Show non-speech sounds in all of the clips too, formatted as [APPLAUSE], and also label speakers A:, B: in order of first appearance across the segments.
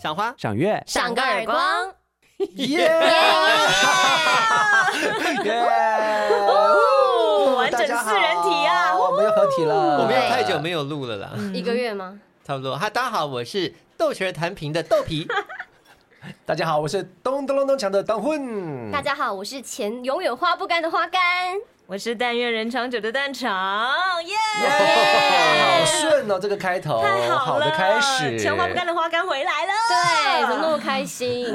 A: 赏花，
B: 赏月，
C: 赏个耳光，
B: 耶 [LAUGHS] 耶！
D: 哦
C: 完整
B: 大家好
C: 四人体啊
B: 我们又合体了，
A: 我们也太久没有录了啦，
C: 一个月吗？
A: 差不多。哈，大家好，我是豆皮儿弹屏的豆皮，
B: 大家好，我是咚咚咚咚锵的当混，
C: 大家好，我是钱永远花不干的花干，
D: 我是但愿人长久的蛋肠，耶、
B: 好顺哦，这个开头，
D: 太哦好了，
B: 的开始，
D: 钱花不干的花干回来了，
C: 对，怎么那么开 [LAUGHS] 心？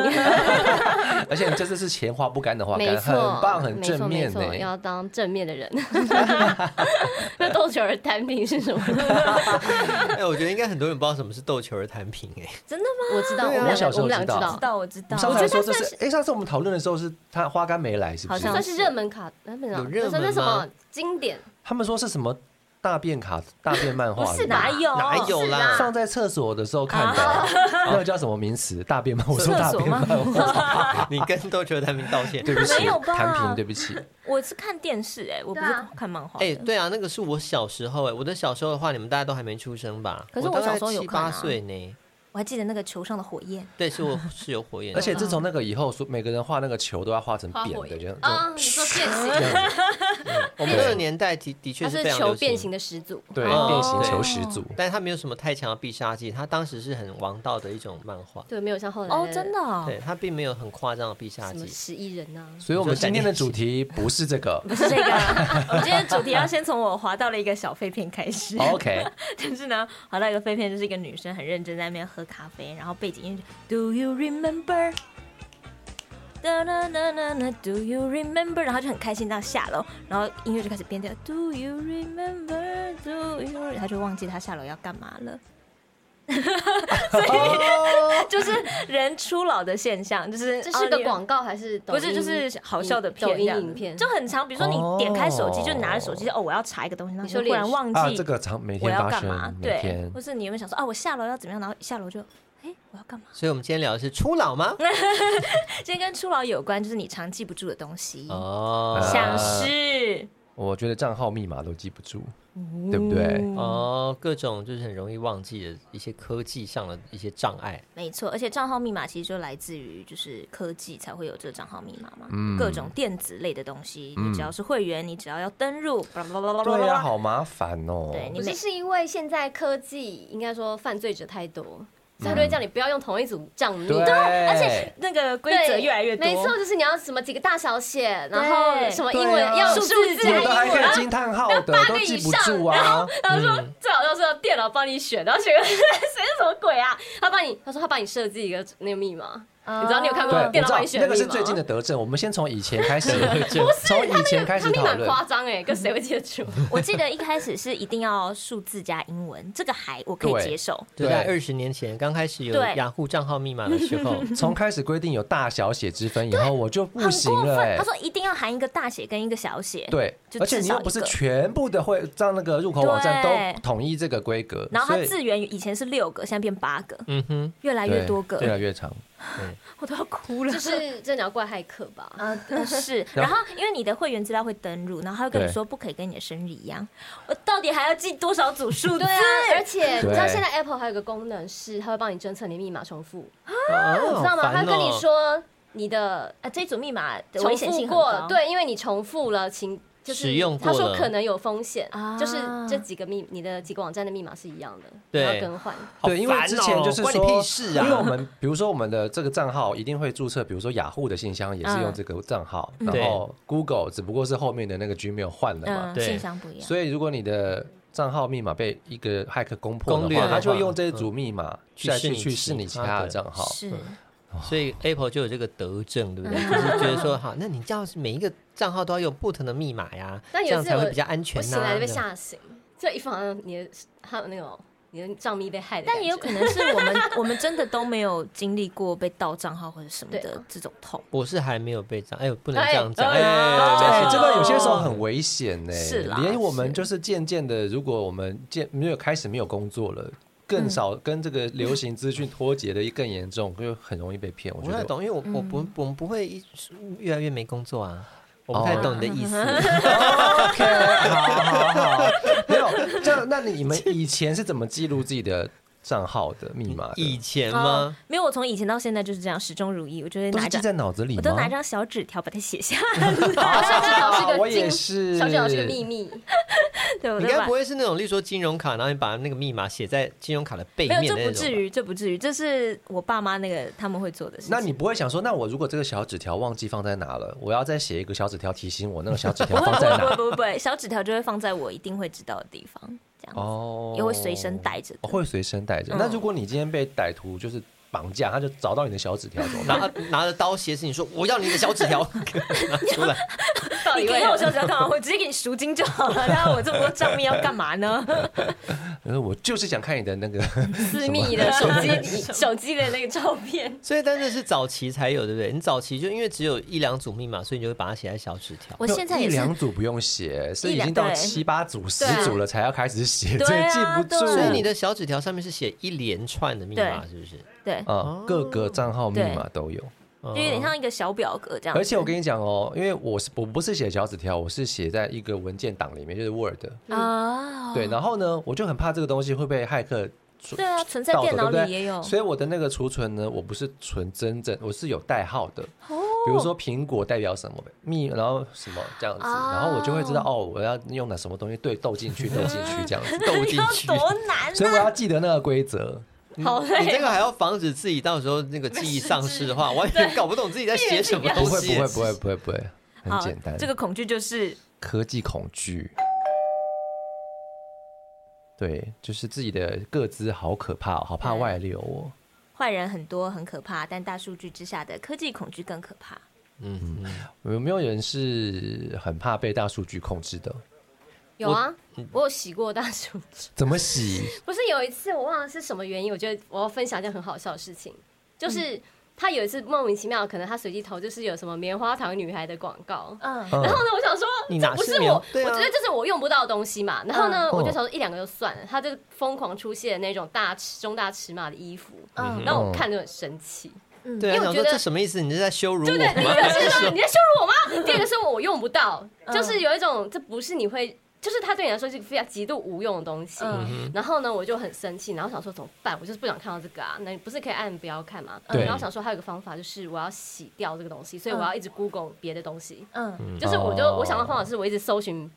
B: 而且你这次是钱花不干的花
C: 没
B: 干，很
C: 错，
B: 棒，很
C: 没错
B: 正面
C: 没错
B: 呢。
C: 要当正面 [LAUGHS] 的人。那豆球儿单品是什么？
A: 哎，我觉得应该很多人不知道什么是豆球儿弹屏，哎，
D: 真的吗？
C: 我知道，我们
B: 我小
C: 两
B: 时
C: 个我
B: 候
C: 们俩
B: 知道
D: 知道，我知道，
B: 上次还
D: 我觉
B: 说这是，哎，上次我们讨论的时候是他花干没来，是不
D: 好
B: 是
D: 像？
C: 算是热门卡，那不是
A: 有热门吗
C: 那是什么经典？
B: 他们说是什么大便卡、大便漫画？
D: 不是哪有
A: 哪有
D: 啊
A: 啦？
B: 放在厕所的时候看的，哦那个叫什么名词？大
D: [LAUGHS]
B: 便漫？我说
D: 厕
B: 大
D: 所
B: 便
D: 吗
B: 漫画，
A: [LAUGHS] 你跟豆球儿弹屏道歉。
B: 对不起
D: 没有，吧嗯
B: 弹屏，对不起。
D: 我是看电视哎、我不
C: 对
D: 是
C: 啊
D: 看漫画的。
A: 哎、对啊，那个是我小时候哎、我的小时候的话，你们大家都还没出生吧？
D: 可是
A: 我
D: 我小时候有
A: 七
D: 看
A: 八
D: 啊
A: 岁呢。
D: 我还记得那个球上的火焰，
A: 对，是我是有火焰的，
B: 而且自从那个以后，所每个人画那个球都要画成
C: 花
B: 扁
C: 火
B: 的，这样。
C: 啊，你说变
B: 这
C: 形，
B: 样子
A: 我们那个年代的的确
C: 它
A: 是
C: 是
A: 非常
C: 球
A: 流
C: 变形
A: 行，
C: 的始祖。
B: 对，
A: 哦
B: 变形球始祖。
A: 但它没有什么太强的必杀技，它当时是很王道的一种漫画，
C: 对，没有像后来
D: 哦，真的、哦，
A: 对，它并没有很夸张的必杀
C: 什么
A: 技。
C: 十一人啊呐，
B: 所以我们今天的主题不是这
D: [LAUGHS]
B: 个。
D: 不是这个。我们今天主题要先从我滑到了一个小废片开始。 [LAUGHS]
B: OK，
D: 就是呢，滑到一个废片，就是一个女生很认真在那边喝咖啡，然后背景音乐就 Do you remember？哒啦啦啦啦，Do you remember？然后就很开心这样下楼，然后音乐就开始变调，Do you remember？Do you？她就忘记她下楼要干嘛了。 [LAUGHS] 就是人初老的现象，就
C: [LAUGHS]
D: 是
C: 这是个
D: 哦你
C: 广告还是抖
D: 不
C: 音？
D: 是，就是好笑的片
C: 抖
D: 这
C: 音
D: 样子，
C: 影片
D: 就很长。比如说你点开手机，
B: 哦
D: 就拿着手机，哦，我要查一个东西，然后
C: 你说
D: 就忽然
C: 脸
D: 忘
B: 啊，
D: 记
B: 这个常每
D: 我
B: 天
D: 要
B: 发
D: 干嘛
B: 生，，每
D: 对
B: 天，
D: 或。是你有没有想说，啊，我下楼要怎么样，然后一下楼就，哎，我要干嘛？
A: 所以我们今天聊的是初老吗？
D: 今天跟初老有关，就是你常记不住的东西，
A: 哦
D: 像是
B: 我觉得账号密码都记不住，
D: 嗯
B: 对不对？
A: 哦，各种就是很容易忘记的一些科技上的一些障碍。
D: 没错，而且账号密码其实就来自于就是科技才会有这个账号密码嘛，
B: 嗯
D: 各种电子类的东西，你只要是会员，你只要要登入，巴拉巴拉巴拉巴拉
B: 对呀，好麻烦哦。
D: 对你
C: 不
D: 每
C: 是是因为现在科技应该说犯罪者太多，所以他就会叫你不要用同一组账密。
B: 嗯对，
D: 而且那个规则
C: 对
D: 越来越多，
C: 没
D: [LAUGHS]
C: 错，就是你要什么几个大小写，然后什么英文
B: 对啊
C: 要有
D: 数
C: 数
D: 字
C: 字，
B: 有的还可
C: 然
B: 以
C: 后
B: 惊叹号
D: [LAUGHS]
B: 的
C: 八
B: 都
C: 个
B: 记
C: 以
B: 不
C: 上，
B: 住
C: 然后
B: 啊。
C: 他说最好就是电脑帮你选，然后选个 [LAUGHS] 谁是什么鬼啊？他帮你，他说他帮你设计一个那个密码，
D: 哦
C: 你知道你有看
B: 对，
C: 过
B: 我知
C: 嗯电脑
B: 道
C: 帮你选
B: 那
C: 的密码吗？
B: 个是最近的德政，我们先从以前开
C: [LAUGHS]
B: 始，从以前开
C: 他
B: 始
C: 密
B: 讨
C: 码很
B: 论。
C: 夸张哎，跟谁会记得 [LAUGHS] 住？
D: 我记得一开始是一定要数字加英文，这个还我可以
B: 对
D: 接受。
A: 就
B: 对
A: 在二十年前刚开始有
D: 对
A: 雅虎账号密码的时
C: [LAUGHS]
A: 候，
B: 从开始规定有大小写之分以后，我就不行了、哎
D: 他说一定要含一个大写跟一个小写，
B: 对，
D: 就
B: 而且
D: 至
B: 你
D: 少
B: 又
D: 一
B: 不是
D: 个。
B: 全部的会让那个入口网站
D: 对
B: 都统一这个规格，
D: 然后
B: 所
D: 它
B: 以
D: 字源以前是六个，现在变八个，
A: 嗯哼，
D: 越来越
B: 对
D: 多
B: 越来
D: 个，
B: 越长。
D: 我都要哭了
C: 就。
D: [LAUGHS]
C: 是这你要怪骇客吧？
D: 啊，是，
B: 然
D: 然后因为你的会员资料会登录，然后他会跟你
B: 对
D: 说不可以跟你的生日一样，我到底还要记多少组数字
C: 对？啊，而且你知道
B: 对
C: 现在 Apple 还有个功能是，它会帮你侦测你密码重复，
A: 哦
C: 你啊知道吗？
A: 好
C: 它
A: 烦
C: 会跟你
A: 哦
C: 说你的
D: 啊，这组密码的危
C: 重
D: 险
C: 复
D: 性很
C: 过
D: 高，，
C: 对，因为你重复了，请就是
A: 使用过
C: 他说
A: 了
C: 可能有风险
D: 啊，
C: 就是这几个密你的几个网站的密码是一样的，
A: 对
C: 然后更换。
B: 对，因为之前就是
A: 哦关
B: 说，
A: 你屁事啊
B: 因为我们比如说我们的这个账号一定会注册，比如说雅虎的信箱也是
D: 嗯
B: 用这个账号，然后 Google 只不过是后面的那个 Gmail 换了嘛，
D: 嗯，
A: 对
D: 信箱不一样，
B: 所以如果你的账号密码被一个骇客攻破
A: 攻
B: 的
A: 略的
B: 话，
A: 话
B: 他就会用这一组密码
A: 去
B: 再
A: 试
B: 去
A: 你
B: 去
A: 其
B: 试你其他
A: 他
B: 的
A: 的
B: 账号。
D: 是
A: 所以 Apple 就有这个德政，对不对？就是觉得
C: [LAUGHS]
A: 说，好，那你这样是每一个账号都要用不同的密码呀，
C: 但
A: 这
C: 有
A: 样
C: 一次
A: 才会
C: 我
A: 比较安全啊
C: 我
A: 呐、
C: 醒来就被吓醒，就一放你的还有那种你的账密被害的感觉，
D: 但也有可能是我们我们真的都没有经历过被盗账号或者什么
C: 对
D: 的
C: 啊
D: 这种痛。
A: 我是还没有被这样，哎呦，不能
C: 哎
A: 这样讲，
C: 哎
A: 哎，
B: 哎，
A: 哎
B: 这个有些时候很危险呢、
D: 是啦
B: 连我们就是渐渐的，如果我们渐没有开始没有工作了，更少跟这个流行资讯脱节的更严重，就很容易被骗。我
A: 我不
B: 觉
A: 太
B: 得。
A: 懂，因为
C: 嗯
A: 我我不我们不会一越来越没工作啊，我不太懂你的意
C: [LAUGHS]
A: 思。
B: OK，好好好，没有这样。那你们以前是怎么记录自己的账号的密码
A: 以
B: 的，
A: 前
D: 哦
A: 吗？
D: 没有，我从以前到现在就是这样，始终如一。我就会
B: 都
D: 拿
B: 是
D: 一
B: 记
D: 张，
B: 在脑子里
D: 我
B: 吗？
D: 都拿一张小纸条把它写下 [LAUGHS]
C: 啊小纸条是个
B: 啊我
C: 金
B: 也是，
C: 小纸条是个秘密，
D: 对，我
A: 你
D: 都
A: 该
D: 把
A: 不会是那种，例如说金融卡，然后你把那个密码写在金融卡的背
D: 没
A: 面
D: 有，这
A: 的
D: 不
A: 那种
D: 至
A: 吧？
D: 于，这不至于，这是我爸妈那个他们会做的事情。
B: 那你不会想说，那我如果这个小纸条忘记放在哪了，我要再写一个小纸条提醒我那个小纸
D: 不
B: 条
D: 会
B: 放
D: 不
B: 在
D: 会不
B: 哪
D: [LAUGHS] 会？不会不会，小纸条就会放在我一定会知道的地方，这样子
B: 哦
D: 也会随身带着的
B: 哦会随身带着。
D: 嗯
B: 那如果你今天被歹徒就是绑架，他就找到你的小纸条，怎么办？
A: 拿拿着刀挟持你说我要你的小纸条拿出来，
C: 到底
D: 你
C: 为
D: 给我小纸条干 [LAUGHS] 嘛？我直接给你赎金就好了。然后我这么多账密要干
B: [LAUGHS]
D: 嘛呢？嗯
B: 可是我就是想看你的那个
C: 私密的手机手机的那个照片，
A: 所以但是是早期才有，对不对？你早期就因为只有一两组密码，所以你就会把它写在小纸条。
D: [LAUGHS] 我现在也
B: 一
D: 是，
B: 两组不用写，是
D: 一
B: 已
D: 两
B: 经到
D: 对
B: 七八组、十
C: 啊
B: 组了才要开始写，
D: 对
B: 所以记
D: 啊
B: 不
D: 对
B: 住。
A: 所以你的小纸条上面是写一连串的密码，
D: 对
A: 是不是？
D: 对，
B: 啊，各个账号密码都有。
A: 就
D: 就有点像一个小表格这样
B: 哦
D: 子。
B: 而且我跟你讲哦，因为我是我不是写小纸条，我是写在一个文件档里面，就是 Word。
D: 啊，
B: 对，然后呢，我就很怕这个东西会被骇客存
D: 对啊，存在
B: 盗走
D: 电脑
B: 对不对
D: 里也有。
B: 所以我的那个储存呢，我不是存真正，我是有代号的，
D: 哦，
B: 比如说苹果代表什么蜜，然后什么这样子，
D: 哦
B: 然后我就会知道哦，我要用的什么东西对斗进去，斗进
D: [LAUGHS]
B: 去这样子，
A: 斗
D: 你
A: 进
D: 要
A: 去。
D: 多难啊
B: 所以我嗯
D: 呢？
B: 要记得那个规则。
C: 好
A: 你这
C: 累
A: 个还要防止自己到时候那个记忆丧失的话，完全搞不懂自己在写什么
B: 不
A: 东
B: 会
A: 西。
B: 不会不会不会不会，嗯很
D: 好
B: 简单。
D: 这个恐惧就是
B: 科技恐惧。对，就是自己的个资好可怕哦、好怕外流哦。
D: 坏人很多，很可怕，但大数据之下的科技恐惧更可怕。
A: 嗯，嗯
B: 有没有人是很怕被大数据控制的？
C: 有啊，我有洗过大叔。
B: 怎么洗？
C: 不是有一次我忘了是什么原因，我觉得我要分享一件很好笑的事情，就是他有一次莫名其妙，可能他随机投就是有什么棉花糖女孩的广告。
D: 嗯，
B: 嗯
C: 然后呢，我想说，
A: 你
C: 这
A: 哪
C: 不
A: 是
C: 是
A: 棉
C: 我，
A: 对啊
C: 我觉得这是我用不到的东西嘛。然后呢，
B: 嗯
C: 我就想说一两个就算了，他就疯狂出现那种大尺中大尺码的衣服，
D: 嗯
C: 然后我看就很生气。
A: 对
C: 因为
A: 啊，
C: 我
A: 想
C: 觉
A: 说
C: 得
A: 这什么意思？你是在羞辱
C: 对对，
A: 我
C: 第一
A: 吗？
C: 个 [LAUGHS] 是说你在羞辱我
D: [LAUGHS]
C: 吗？第二个是我用不到，
D: 嗯
C: 就是有一种这不是你会，就是它对你来说是非常极度无用的东西。
D: 嗯
C: 然后呢，我就很生气，然后想说怎么办？我就是不想看到这个啊。那你不是可以按不要看吗？嗯
B: 对
C: 然后想说还有一个方法就是我要洗掉这个东西，所以我要一直 Google 别的东西。
D: 嗯
C: 就是我就
B: 哦
C: 我想到的方法是我一直搜寻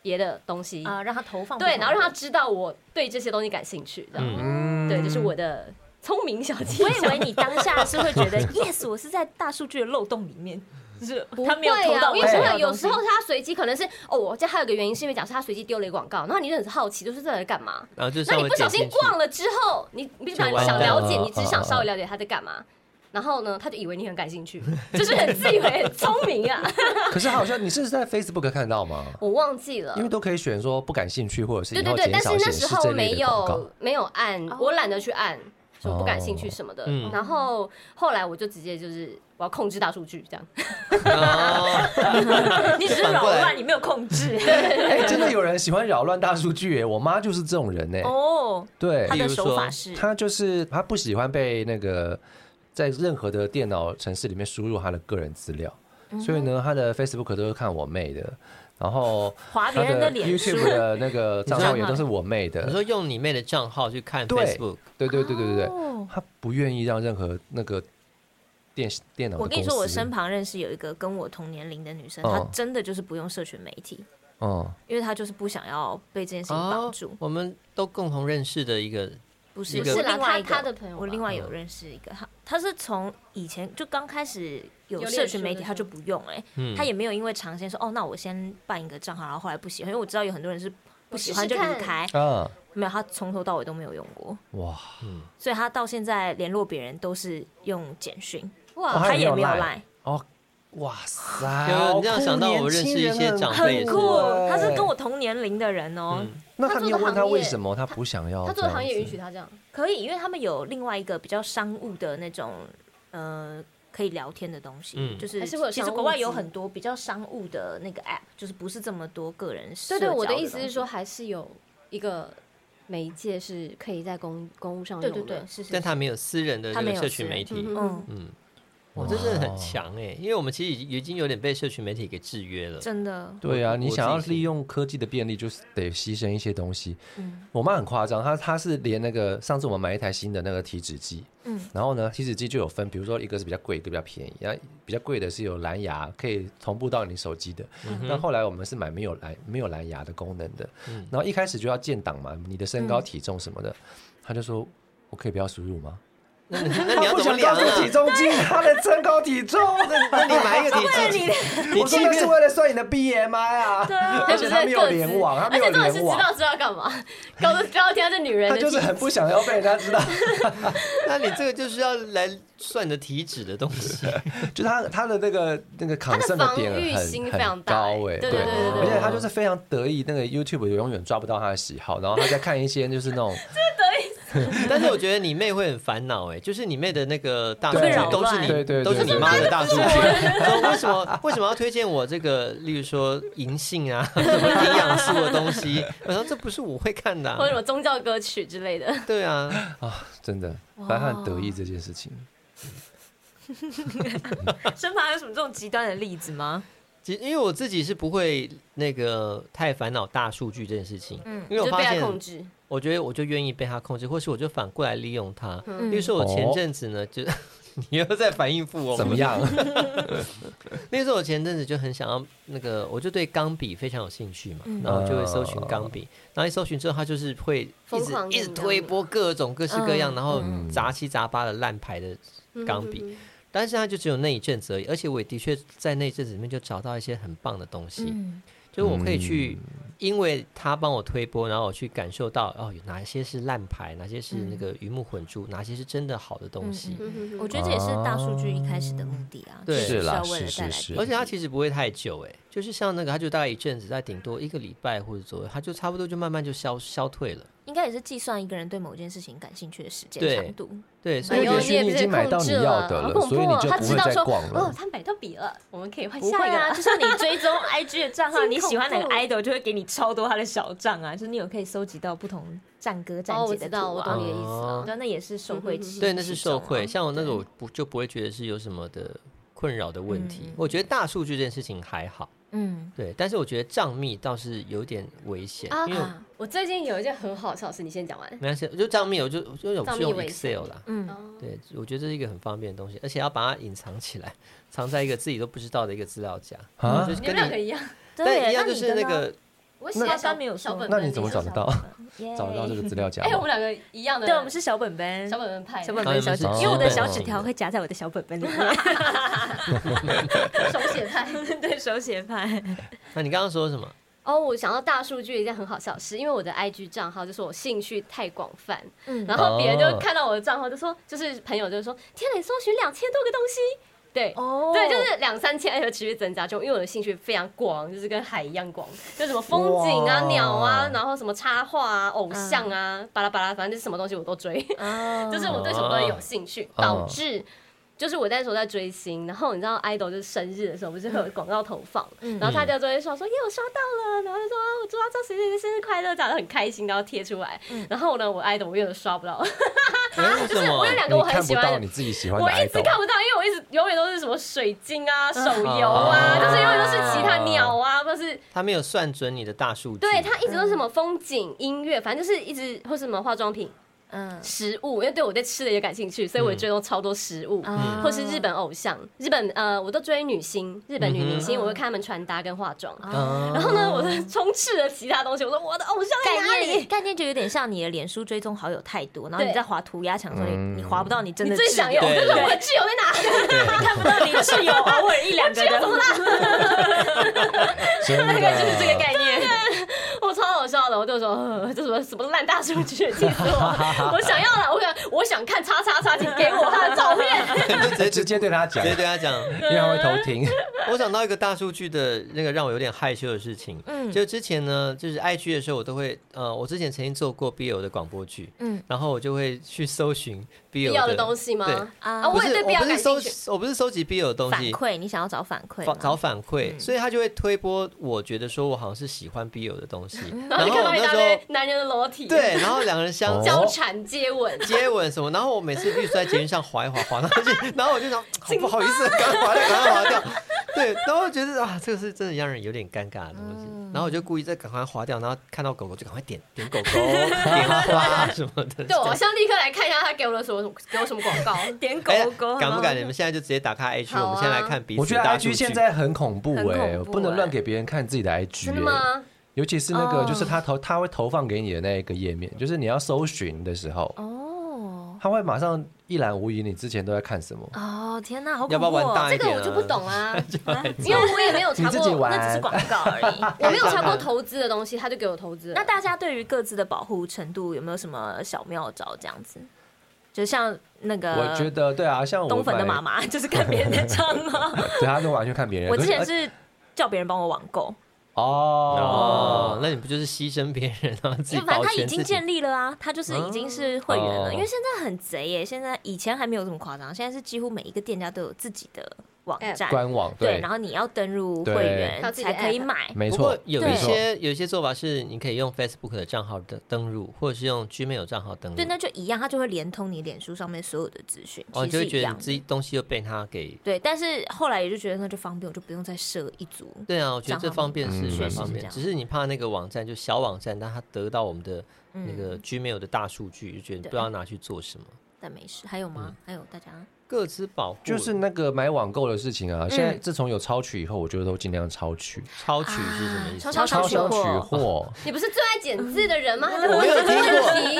C: 别的东西，
B: 嗯
D: 啊，让他投放
C: 对，
D: 不同
C: 然后让他知道我对这些东西感兴趣。这样
B: 嗯
C: 对，这是我的聪明小
B: [LAUGHS]
C: 技
D: 我以
C: 巧。
D: 为你当下是会觉得 yes，我是在大数据的漏洞里面，就是
C: 不会
D: 他没有投
C: 啊
D: 到
C: 因
D: 我
C: 为
D: 想
C: 真的
D: 要的
C: 有
D: 东
C: 时
D: 西
C: 候他随机可能是哦，我这还有个原因是因为假设他随机丢了一个广告，然后你就很好奇，就是这人干嘛？
A: 然后就
C: 那
A: 稍
C: 你
A: 微
C: 不小
A: 点
C: 心
A: 进去。
C: 逛了之后，你你不想
A: 就完
C: 想
A: 蛋
C: 了解，
B: 了
C: 你只想稍微了解他在干嘛。然后呢，他就以为你很感
B: [LAUGHS]
C: 兴趣，就是很自以为很聪明啊。
B: 可是好像你是在 Facebook 看到吗？
C: 我忘记了
B: 因，为都可以选说不感兴趣，或者是
C: 对
B: 以
C: 对
B: 后
C: 呃
B: 减
C: 对，但是
B: 少
C: 那
B: 显
C: 时
B: 示
C: 候
B: 这类
C: 没
B: 的广告
C: [LAUGHS] 有。没有按，
D: 哦
C: 我懒得去按，说不感兴趣什么的。
A: 嗯
C: 然后后来我就直接就是我要控制大数据这样。
A: 哦，
D: 你只是扰乱，你没有控制。
B: 哎、真的有人喜欢扰乱大数据耶！我妈就是这种人哎，
D: [LAUGHS] 哦，
B: 对
D: 他，
A: 例
D: 的
A: 如
D: 手
A: 说
D: 法是
B: 她就是她不喜欢被那个在任何的电脑程式里面输入她的个人资料，
C: 嗯
B: 所以呢，她的 Facebook 都是看我妹的，然后
D: 划别
B: 她
D: 人
B: 的
D: 的脸书
B: YouTube 的那个账号也都是我妹
C: [LAUGHS]
A: 你
B: 的，
A: 说用你妹的账号去看
B: 对
A: Facebook，
B: 对对对对对对，
D: 哦
B: 她不愿意让任何那个电电脑的
D: 我跟你
B: 公
D: 说，我
B: 司
D: 身旁认识有一个跟我同年龄的女生，
B: 嗯
D: 她真的就是不用社群媒体，
B: 嗯
D: 因为她就是不想要被这件事情
B: 哦
D: 绑住。
A: 哦我们都共同认识的一个，
D: 不是，
A: 一个
D: 我
A: 不
C: 是啦
D: 另外一
C: 她
D: 个
C: 她的朋友吧
D: 我另外有认识一个，她她是从以前就刚开始有
C: 有
D: 社群媒
C: 脸书的
D: 体，
C: 时候
D: 她就不用哎、
A: 嗯，
D: 她也没有因为尝鲜说哦，那我先办一个账号，然后后来不喜欢，因为我知道有很多人是不喜欢
C: 我试
D: 就
C: 试看
D: 离开，
B: 啊
D: 没有，她从头到尾都没有用过，
B: 哇，
A: 嗯
D: 所以她到现在联络别人都是用简讯，
B: 哦
C: 哇，
B: 她
D: 她
B: 也
D: 也
B: 没
D: 没
B: 有
D: 有
B: Line
D: 赖，
B: 哦，哇
A: [LAUGHS]
B: 塞！
A: 有
B: 好
A: 这样
B: 酷
A: 想到我
B: 年
A: 认
B: 轻
A: 识一
B: 人
A: 些
B: 很
A: 长
B: 酷
A: 辈也
D: 很
A: 是
D: 酷
B: 哎，
D: 她是跟我同年龄的人哦。
A: 嗯
B: 那他
C: 他
B: 没
C: 做
B: 有
C: 的
B: 问他
C: 行
B: 为
C: 业
B: 什么他不想要？
C: 他做的行业允许。他这样。
D: 可以，因为他们有另外一个比较商务的那种呃可以聊天的东西，
A: 嗯
D: 就是
C: 还是会有
D: 其实
C: 商务
D: 国外
C: 机
D: 有很多比较商务的那个 app，就是不是这么多个人社
C: 对
D: 交
C: 对，我
D: 的
C: 的意思
D: 东西
C: 是说，，还是有一个媒介是可以在公公务上
D: 对
C: 用
D: 对
C: 的。
D: 对，是是，
A: 但
D: 是
A: 他没有私人的
D: 他
A: 这
D: 没
A: 个
D: 有
A: 社
D: 私
A: 群媒
D: 人
A: 体，
C: 嗯
D: 嗯，
A: 嗯，哇，这真的很强哎、因为我们其实已经有点被社群媒体给制约了。
D: 真的，
C: [LAUGHS]
B: 对啊，
A: 我
B: 你
A: 我
B: 想要
A: 自己是
B: 利用科技的便利，就是得牺牲一些东西。
D: 嗯
B: 我妈很夸张，她她是连那个上次我们买一台新的那个体脂机，
D: 嗯
B: 然后呢，体脂机就有分，比如说一个是比较贵，一个比较便宜。然后比较贵的是有蓝牙可以同步到你手机的，
A: 嗯
B: 那后来我们是买没有蓝没有蓝牙的功能的。
A: 嗯
B: 然后一开始就要建档嘛，你的身高、体重什么的，她就说：“我可以不要输入吗？”
A: 那你那
B: 她
A: 你要
B: 不
A: 怎么
B: 想告
A: 量
B: 诉体
A: 啊？
B: 重机她的身高体重，
A: 那你买一个体
D: 你
A: 脂，你
B: 我说
A: 即
B: 那是
A: 便
B: 为了算你的 BMI 啊，而且她没有联网，她
C: 而
B: 没
C: 且
B: 有
C: 重点是
B: 联
C: 知
B: 网。
C: 道知道干嘛，搞得不要听到这
B: [LAUGHS]
C: 女人
B: 他
C: 的
B: 就是
C: 体
B: 很不想要被人家知
C: [LAUGHS]
B: 道，
A: 那你这个就是要来算你的体脂的东西。
B: 就他他的那个那个
C: 他
B: 抗
C: 的
B: 胜
C: 防
B: 点
C: 御
B: 很
C: 心非常
B: 很
C: 大
B: 高
C: 欸
B: 哎，
C: 对对对对对
B: 而且他就是非常得意，那个 YouTube 永远抓不到他的喜好，然后他在看一些就是
C: [LAUGHS]
B: 那种
A: 但是我觉得你妹会很烦恼哎，就是你妹的那个大数
B: 对
A: 据都是
B: 对对
A: 你
B: 对
A: 都是你妈的大数据，说为什么为什么要推荐我这个，例如说银杏啊， [LAUGHS] 什么营养素的东西？我说这不是我会看的啊，
C: 或者什么宗教歌曲之类的。
A: 对啊，
B: 真的，反正他很得意这件事情。
D: 身旁有什么这种极端的例子吗？
A: 其实因为我自己是不会那个太烦恼大数据这件事情，
D: 嗯
A: 因为我
C: 就
A: 发
C: 被他
A: 现
C: 控制，
A: 我觉得我就愿意被他控制，或是我就反过来利用他。
D: 嗯
A: 比如说我前阵子呢，就 [LAUGHS] 你又在反应富翁
B: 怎么？样？
A: 那时候我前阵子就很想要那个，我就对钢笔非常有兴趣嘛，然后我就会搜寻钢笔，然后一搜寻之后，他就是会一
C: 疯
A: 直
C: 狂给
A: 一
C: 你
A: 直推播各种各式各样，
D: 嗯
A: 然后
B: 嗯
A: 杂七杂八的烂牌的
C: 嗯
A: 钢笔，但是它就只有那一阵子而已，而且我也的确在那一阵子里面就找到一些很棒的东西，
D: 嗯，
A: 就是我可以去，因为他帮我推播，然后我去感受到哦，有哪些是烂牌，哪些是那个鱼目混珠，哪些是真的好的东西。
C: 嗯哼哼
D: 我觉得这也是大数据一开始的目的啊，
A: 对
D: 就是
B: 啦
D: 要为了
B: 是
D: 带来
B: 是是
D: 便利
A: 而且它其实不会太久，哎，就是像那个，它就大概一阵子，在顶多一个礼拜或者左右，它就差不多就慢慢就消消退了。
D: 应该也是计算一个人对某件事情感兴趣的时间
A: 对
D: 长度。
A: 对，所
B: 因
A: 以
C: 哎
A: 我
B: 为
A: 觉
C: 呦
A: 得
B: 也许你已经买到你要的
C: 哎呦你也被控制了好
B: 了，所以
C: 恐怖哦
B: 你就不会再逛
C: 哦
B: 了，。
C: 他买到笔了，我们可以换
D: 不
C: 下
D: 会
C: 一个
D: 啊，
C: 了。
D: 就是你追踪 IG 的
B: [LAUGHS]
D: 账号，
C: 真
D: 你喜欢哪个
C: 恐怖
D: idol 就会给你超多他的小账啊，就是你有可以收集到不同战歌战
C: 哦，我知
D: 姐的
C: 道，
D: 图
C: 我
D: 啊
C: 懂。嗯你的意思
A: 哦
C: 了。
D: 对，那也是受贿其
A: 对，那是
D: 其中
A: 受
D: 啊
A: 贿。像我那个，
D: 对
A: 我不就不会觉得是有什么的困扰的问
C: 嗯
A: 题。我觉得大数据这件事情还好，
D: 嗯，
A: 对，但是我觉得账密倒是有点危险，因为
C: 啊，我最近有一件很好笑的事，你先讲完。
A: 没关系，就账密，我就我就有
C: 账
A: 是
C: 密
A: 用
C: 为
A: Excel 啦。
C: 哦
D: 嗯，
A: 对，我觉得这是一个很方便的东西，而且要把它隐藏起来，藏在一个自己都不知道的一个资料夹嗯
B: 啊
A: 就是
C: 你们
A: 跟
C: 两个
A: 你，
C: 一样，
A: 但一样
D: 那
A: 就
D: 你
A: 是
D: 的
A: 那
D: 呢
A: 个，
C: 我喜欢
D: 刚
C: 小
D: 刚没有说
C: 小本
B: 那
C: 本，
B: 你怎么找得到？
D: [LAUGHS]
B: 找得到这个资料夹
C: 哎，我
B: 吗
C: 们？两个一样的，
D: 对，我们是小本本，
C: 小本本派的，
D: 小本
A: 啊
D: 本
A: 你们
D: 小
A: 是
D: 纸，
A: 小
D: 因为我的
A: 本
D: 小
A: 本
D: 纸条会夹在我的小本本里面，
C: [LAUGHS] 手写派。
D: 对手写派。
A: 那你刚刚说什么？
C: [LAUGHS] 哦，我想到大数据一件很好笑的事，因为我的 IG 账号就是我兴趣太广泛，
D: 嗯
C: 然后别人
B: 哦
C: 就看到我的账号就说，就是朋友就说，天啊哪，你搜寻两千多个东西，对。
D: 哦
C: 对，就是两三千，而哎且持续增加中，因为我的兴趣非常广，就是跟海一样广，就什么风景啊、
B: 哇
C: 鸟啊，然后什么插画啊、偶像啊，巴拉巴拉，反正就是什么东西我都追。
D: 哦
C: 就是我对什么都有兴趣，
B: 哦
C: 导致就是我那时候在追星，然后你知道 idol 就是生日的时候不是会有广告投放，
D: 嗯
C: 然后大家都会说说耶我刷到了，然后就说啊我抓到谁谁谁生日快乐，长得很开心，然后贴出来，
B: 嗯
C: 然后呢我 idol 我永远刷不到，
A: 哎为什么
C: 啊我有？两个
B: 哦你
C: 我
B: 看
C: 很
B: 不
C: 喜
B: 到
C: 欢
B: 你
C: 的。
B: 自己喜欢的
C: 我一直
B: idol，嗯
C: 看不到，因为我一直永远都是什么水晶啊、手游啊，
A: 哦
C: 就是永远都是其他鸟啊，或是
A: 他没有算准你的大数据，
C: 对他一直都是
B: 嗯
C: 什么风景、音乐，反正就是一直或是什么化妆品、
D: 嗯
C: 食物，因为对我对吃的也感兴趣，所以
B: 嗯
C: 我也追踪超多食
B: 哦
C: 物。
D: 啊
C: 或是日本偶像，日本呃，我都追女星，日本女明星，
D: 嗯哼
C: 我会看她们穿搭跟化妆。
D: 哦
A: 啊，
C: 然后呢，我就充斥了其他东西，我说我的偶像在哪
D: 概念
C: 里？
D: 概念就有点像你的脸书追踪好友太多，然后你
C: 对
D: 在划涂鸦墙的时候，
B: 嗯
D: 你划不到你真
C: 你
D: 的
C: 最
D: 挚
C: 想
D: 友
C: 要，我
A: 对
C: 就
A: 对
C: 说我的挚友在哪？
D: 看不到你挚友偶尔一两个的，
B: 真的
C: [LAUGHS]
D: 就是这个概念。
C: [LAUGHS] 我超好笑的，我就说呃这什么什么烂大数据，气死
A: [LAUGHS]
C: 我！我想要了，我想我想看叉叉叉，请给我他的
A: [LAUGHS]
C: 照片。
B: [LAUGHS]
A: 你就直接
B: 直接对他讲
A: 直，接对他讲， [LAUGHS]
B: 因为他会偷听。
A: 我想到一个大数据的那个让我有点害羞的事情，嗯，就之前呢，就是 IG 的时候，我都会，呃，我之前曾经做过 BL 的广播剧，
D: 嗯
A: 嗯，然后我就会去搜寻 BL
C: 必要的东西吗
A: 对？
D: 啊
C: 啊，
A: 不
C: 我也
A: 是，
C: 对
A: 我
C: 必要
A: 不是
C: 感
A: 搜
C: 兴趣。，
A: 我不是搜集 BL 的东
D: 反
A: 西，
D: 馈，你想要找反馈
A: 反
D: 吗？
C: 嗯
A: 找反馈，所以他就会推播我觉得说我好像是喜欢 BL 的东西，
C: [LAUGHS] 然后就
A: 然后
C: 看到
A: 那
C: 一
A: 时
C: 大
A: 候
C: 堆男人的裸体，
A: 对，，哦然后两个人相
B: 哦
A: 交。
C: 交缠接吻，
A: 接吻什么，然后我每次必须在捷运上滑一滑滑，然后就 [LAUGHS] 然后我就
D: [LAUGHS]
A: 想，好不好意思，赶快滑掉，赶快滑掉。对，然后我觉得啊，这个是真的让人有点尴尬的东西。
D: 嗯
A: 然后我就故意再赶快滑掉，然后看到狗狗就赶快
D: [LAUGHS]
A: 点点狗狗、 [LAUGHS] 点花花什么的。
C: 对我好像立刻来看一下他给我的什么给我什么广
A: [LAUGHS]
C: 告，
D: 点 [LAUGHS] 狗
A: 哎呀
D: 狗，
A: 敢不敢？你们现在就直接打开 IG，、
C: 好啊
A: 我们先来看彼
B: 我
A: 此
B: 觉得
A: 的大数
B: IG
A: 据。
B: 现在很恐怖
D: 很
B: 哎、
D: 恐怖
B: 不能乱
D: 欸
B: 给别人看自己的 IG、欸。
C: 真的吗？
B: 尤其是那个，
D: 哦
B: 就是他投他会投放给你的那一个页面，就是你要搜寻的时候，
D: 哦
B: 他会马上一览无遗你之前都在看什么。
D: 哦，天哪，好
A: 要不
D: 恐怖
A: 要玩
D: 哦！
A: 大
C: 这
A: 一
C: 个
A: 点、啊？
C: 我就不
A: [LAUGHS]
C: 懂啊，
D: 啊
C: 因
D: [LAUGHS]
C: 为我也没有查
B: 你自己
C: 过，
B: 玩
D: 那只是广告而已。
C: 我没有查过投资的东西，他就给我投资了。
D: 那大家对于各自的保护程度有没有什么小妙招？这样子，就像那个
B: 我觉得对啊，像我
D: 呃东粉的
B: 买
D: 妈妈，就是看别人的账号。
B: 对，他都完全看别人。
D: [LAUGHS] 我之前
B: 可
D: 是叫别人帮我网购，
A: 哦
B: 哦，，
A: 那你不就是牺牲别人，然后自己
D: 就反
A: 保
D: 正他已
A: 全
D: 经
A: 自己？
D: 建立了啊，他就是已经是会员了。
B: 哦
D: 因为现在很贼耶，现在以前还没有这么夸张，现在是几乎每一个店家都有自己的网站，
B: 官网
D: 对，
B: 对
D: 然，后哎你要登入会
B: 对
D: 员
C: 靠自己
D: 才
C: 的
D: 可以
C: app
D: 买。
B: 没
A: 不
B: 错
A: 过，有
D: 对
A: 一
B: 没错
A: 些有一些做法是，你可以用 Facebook 的账号登登入，或者是用 Gmail 账号登入。
D: 对，那就一样，它就会连通你脸书上面所有的资讯，
A: 哦，你
D: 其
A: 就会
D: 实是一
A: 觉得
D: 样
A: 你
D: 的
A: 自己东西又被他给。
D: 对，但是后来也就觉得那就方便，我就不用再设一组。
A: 对啊，我觉得这方便是
B: 账号
A: 蛮方
B: 名
D: 确实是这
A: 便，
D: 样
A: 只是你怕那个网站就小网站，但它得到我们的
D: 嗯
A: 那个 Gmail 的大数据，就觉得不知道拿去做什么。
D: 但没事，还有吗？还有大家
A: 各自保护
B: 就是那个买网购的事情
D: 嗯
B: 啊。现在自从有超取以后，我觉得都尽量超取，
A: 超取是什么意
D: 啊
A: 思？
D: 超商
B: 超
D: 取
B: 商取
D: 货
B: 货。
C: 你不是最爱剪字
A: [LAUGHS]
C: 的人吗？还是
A: 我没有
C: 问
A: 听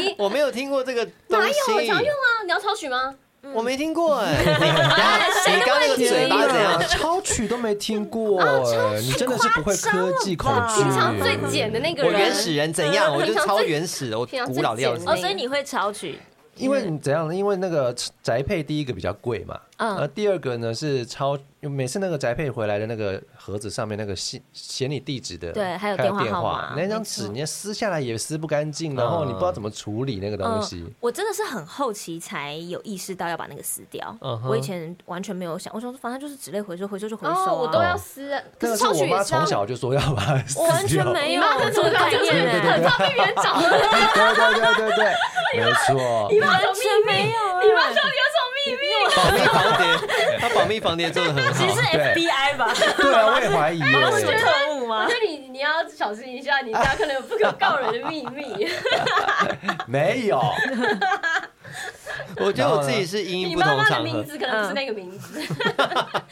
C: 题？
A: 过，我没有听过这个东
C: 哪有？我
A: 西，
C: 常用啊，嗯你要抄取吗？
A: 我没听过哎。
C: [LAUGHS]
A: 你你刚那个 [LAUGHS] 嘴巴
B: 天
A: 是怎
B: 哪
A: 样？
B: 超取都没听
D: [LAUGHS]
B: 过哎，你真的是不会科技恐
D: 啊夸
B: 惧
D: 张
C: 平
D: 了吧
C: 常最简的那个
A: 嗯我
C: 人，
A: 原始人怎样？我就超原始的，我
C: 平常最
A: 古老的样子
C: 简。
D: 哦，所以你会超取，
B: 因为你怎样呢？因为那个宅配第一个比较贵嘛，
D: 嗯
B: 呃，第二个呢是超每次那个宅配回来的那个盒子上面那个写写你地址的，
D: 对还有
B: 电
D: 电话号码
B: 那张
D: 没
B: 纸
D: 错
B: 你撕下来也撕不干净，然后你不知道怎么处理那个东西
D: 嗯。，我真的是很后期才有意识到要把那个撕掉。
A: 嗯哼
D: 我以前完全没有想，我想说反正就是纸类回收，回收就回收、啊
C: 哦，我都要撕。可
B: 那个
C: 是抄
B: 是
C: 取
B: 我
C: 也
B: 妈
C: 是要
B: 从，小就说要把它撕
D: 我完全
B: 掉
D: 没
C: 你
D: 有
C: 妈那
D: 这
C: 种
D: 个概
C: 感觉
D: 念
B: 对对
D: 欸，
C: 很怕被别人找了。
A: [LAUGHS]
B: 对对对对对，没错。
D: 完全没有。
C: 你妈说你有什么秘密？
A: 保密防谍，他保密防谍做的很
D: 其实
A: 好
D: [LAUGHS]
B: [LAUGHS]
D: 是。
B: 对
D: FBI [LAUGHS] 吧？
B: 对啊，我也怀疑耶。
D: [LAUGHS] 他是特务吗
C: 我？觉得你你要小心一下，你家可能有不可告人的秘
A: [LAUGHS]
C: 密。
B: 没有，
A: 我觉得我自己是因
C: 你
A: 应不
C: 妈
A: 同
C: 妈的
A: 场合
C: 名。字可能不是那个名字，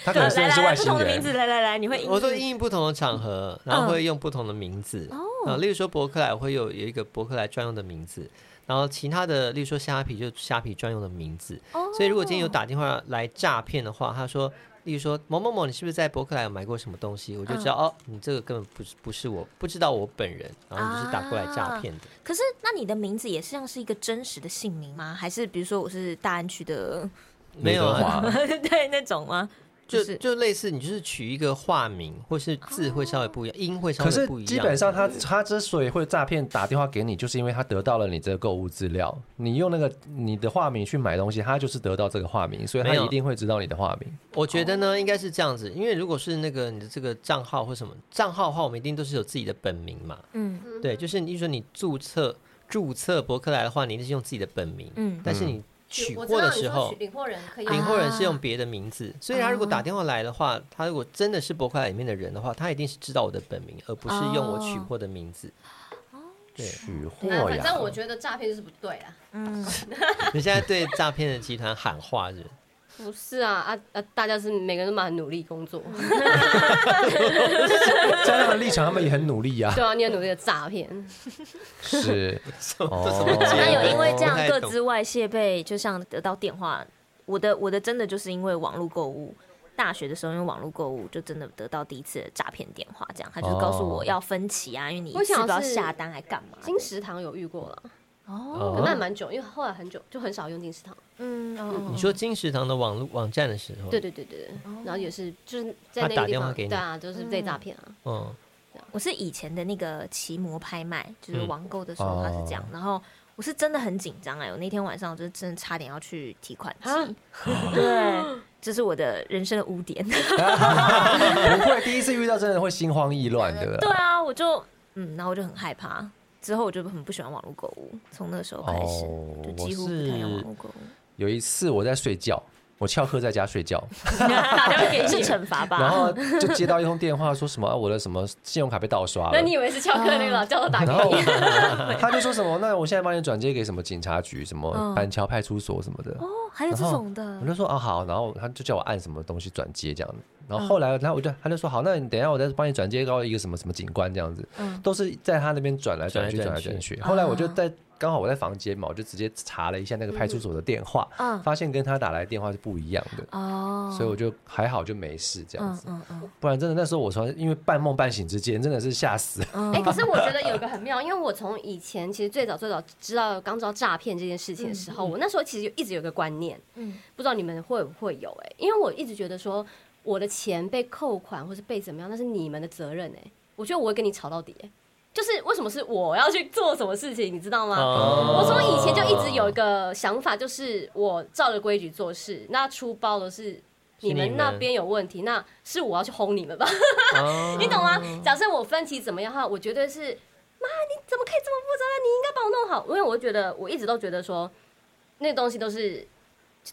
B: 他可能
D: 来
B: 真的
D: 来
B: 是
D: 来，
B: 外
D: 不
B: 星
D: 同的名
B: 人。
D: 字，来来来，你会
A: 我说因应不同的场合，然后会用不同的名字。啊，例如说伯克莱，我会有有一个伯克莱专用的名字，然后其他的，例如说虾皮，就虾皮专用的名字。所以如果今天有打电话来诈骗的话，他说。例如说某某某，你是不是在伯克莱有买过什么东西？我就知道、哦，你这个根本不是不是我，不知道我本人，然后你就是打过来诈骗的。
D: 可是，那你的名字也是像是一个真实的姓名吗？还是比如说我是大安区的，
A: 没有啊，
B: 刘德华
D: [LAUGHS] 对那种吗？
A: 就是就类似你就是取一个化名，或是字会稍微不一样，音会稍
B: 可
A: 微
B: 是
A: 不一样。
B: 基本上他他之所以会诈骗打电话给你，就是因为他得到了你这个购物资料，你用那个你的化名去买东西，他就是得到这个化名，所以他
A: 没有
B: 一定会知道你的化名。
A: 我觉得呢，应该是这样子，因为如果是那个你的这个账号或什么账号的话，我们一定都是有自己的本名嘛。
D: 嗯
A: 对，就是你说你注册注册博客来的话，你一定是用自己的本名。
D: 嗯
A: 但是你取货的时候，
C: 领货人可以
D: 啊
A: 领货人是用别的名字，所以他如果打电话来的话，他如果真的是博客来里面的人的话，他一定是知道我的本名，而不是用我取货的名字。对，
B: 取货
C: 啊
B: 呀，
C: 觉得诈骗就是不对啊。
D: 嗯，
A: 你现在对诈骗的集团喊话是不是？
C: 不是啊啊啊！大家是每个人都蛮努力工作，
B: 在他们立场，他们也很努力
C: [LAUGHS]
B: 呀、
C: [LAUGHS] 对啊，你也努力的诈骗，
B: [LAUGHS] 是 [LAUGHS]
D: 那
B: 哦，
D: 有因为这样
A: 我不太
D: 各
A: 懂
D: 自外泄被，就像得到电话，我的我的真的就是因为网络购物。大学的时候，因为网络购物，就真的得到第一次的诈骗电话，这样他就是告诉我
B: 哦
D: 要分期啊，因为你
C: 我
D: 一次
C: 想
D: 不知道
C: 是
D: 下单还干嘛的。
C: 金石堂有遇过了，
D: 哦，
C: 可那蛮久，因为后来很久就很少用金石堂。
D: 嗯，哦
A: 你说金石堂的网络网站的时候，
C: 对，对对对对，然后也是就是在那
A: 他打
C: 个地
A: 电话
C: 方，
A: 给你
C: 对啊，就是被诈骗啊。
A: 嗯，
D: 我是以前的那个骑摩拍卖，就是
A: 嗯哦
D: 网购的时候它是这样，然后我是真的很紧张哎，我那天晚上就真的差点要去提款机， [LAUGHS] 对，这是我的人生的污点。
B: 不会第一次遇到真的会心慌意乱的。
D: 对啊，我就嗯，然后我就很害怕。之后我就很不喜欢网络购物，从那时候开始、
B: 哦
D: 就几乎不太用网络购物。
B: 有一次我在睡觉，我翘课在家睡觉，
D: 打电话 [LAUGHS] 给你是惩罚吧？
B: 然后就接到一通电话，说什么、啊我的什么信用卡被盗刷了
C: 那。你以为是翘课那个老教头打给
B: 然后
C: 你？
B: 我 [LAUGHS] 他就说什么，那我现在帮你转接给什么警察局、什么
D: 嗯
B: 板桥派出所什么的。
D: 哦，还有这种的
B: 我，就说啊好，然后他就叫我按什么东西转接这样子，然
D: 嗯
B: 后后来他我就他就说好，那你等一下我再帮你转接到一个什么什么警官这样子，
D: 嗯
B: 都是在他那边转来转去
A: 转
B: 转
A: 来
B: 来
A: 转
B: 转
A: 去
B: 去。后来我就
D: 啊
B: 在刚好我在房间嘛，我就直接查了一下那个派出所的电话，
D: 嗯
B: 发现跟他打来的电话是不一样的，
D: 哦，
B: 所以我就还好就没事这样
D: 嗯
B: 子，
D: 嗯嗯
B: 不然真的那时候我说因为半梦半醒之间真的是吓死了，
D: 嗯，
C: 哎、可是我觉得有一个很妙，因为我从以前其实最早最早知道刚知道诈骗这件事情的时候，我那时候其实一直有个观念，
D: 嗯
C: 不知道你们会不会有哎、因为我一直觉得说我的钱被扣款或是被怎么样，那是你们的责任哎、我觉得我会跟你吵到底、哎就是为什么是我要去做什么事情，你知道吗？
A: 哦
C: 我从以前就一直有一个想法，就是我照着规矩做事，那出包的是
A: 是
C: 你
A: 你
C: 们那
A: 们
C: 边有问题，那是我要去轰你们吧。
A: 哦
C: 你懂吗？假设我分歧怎么样的话，我绝对是妈，你怎么可以这么不责任？你应该帮我弄好，因为我觉得我一直都觉得说，那东西都是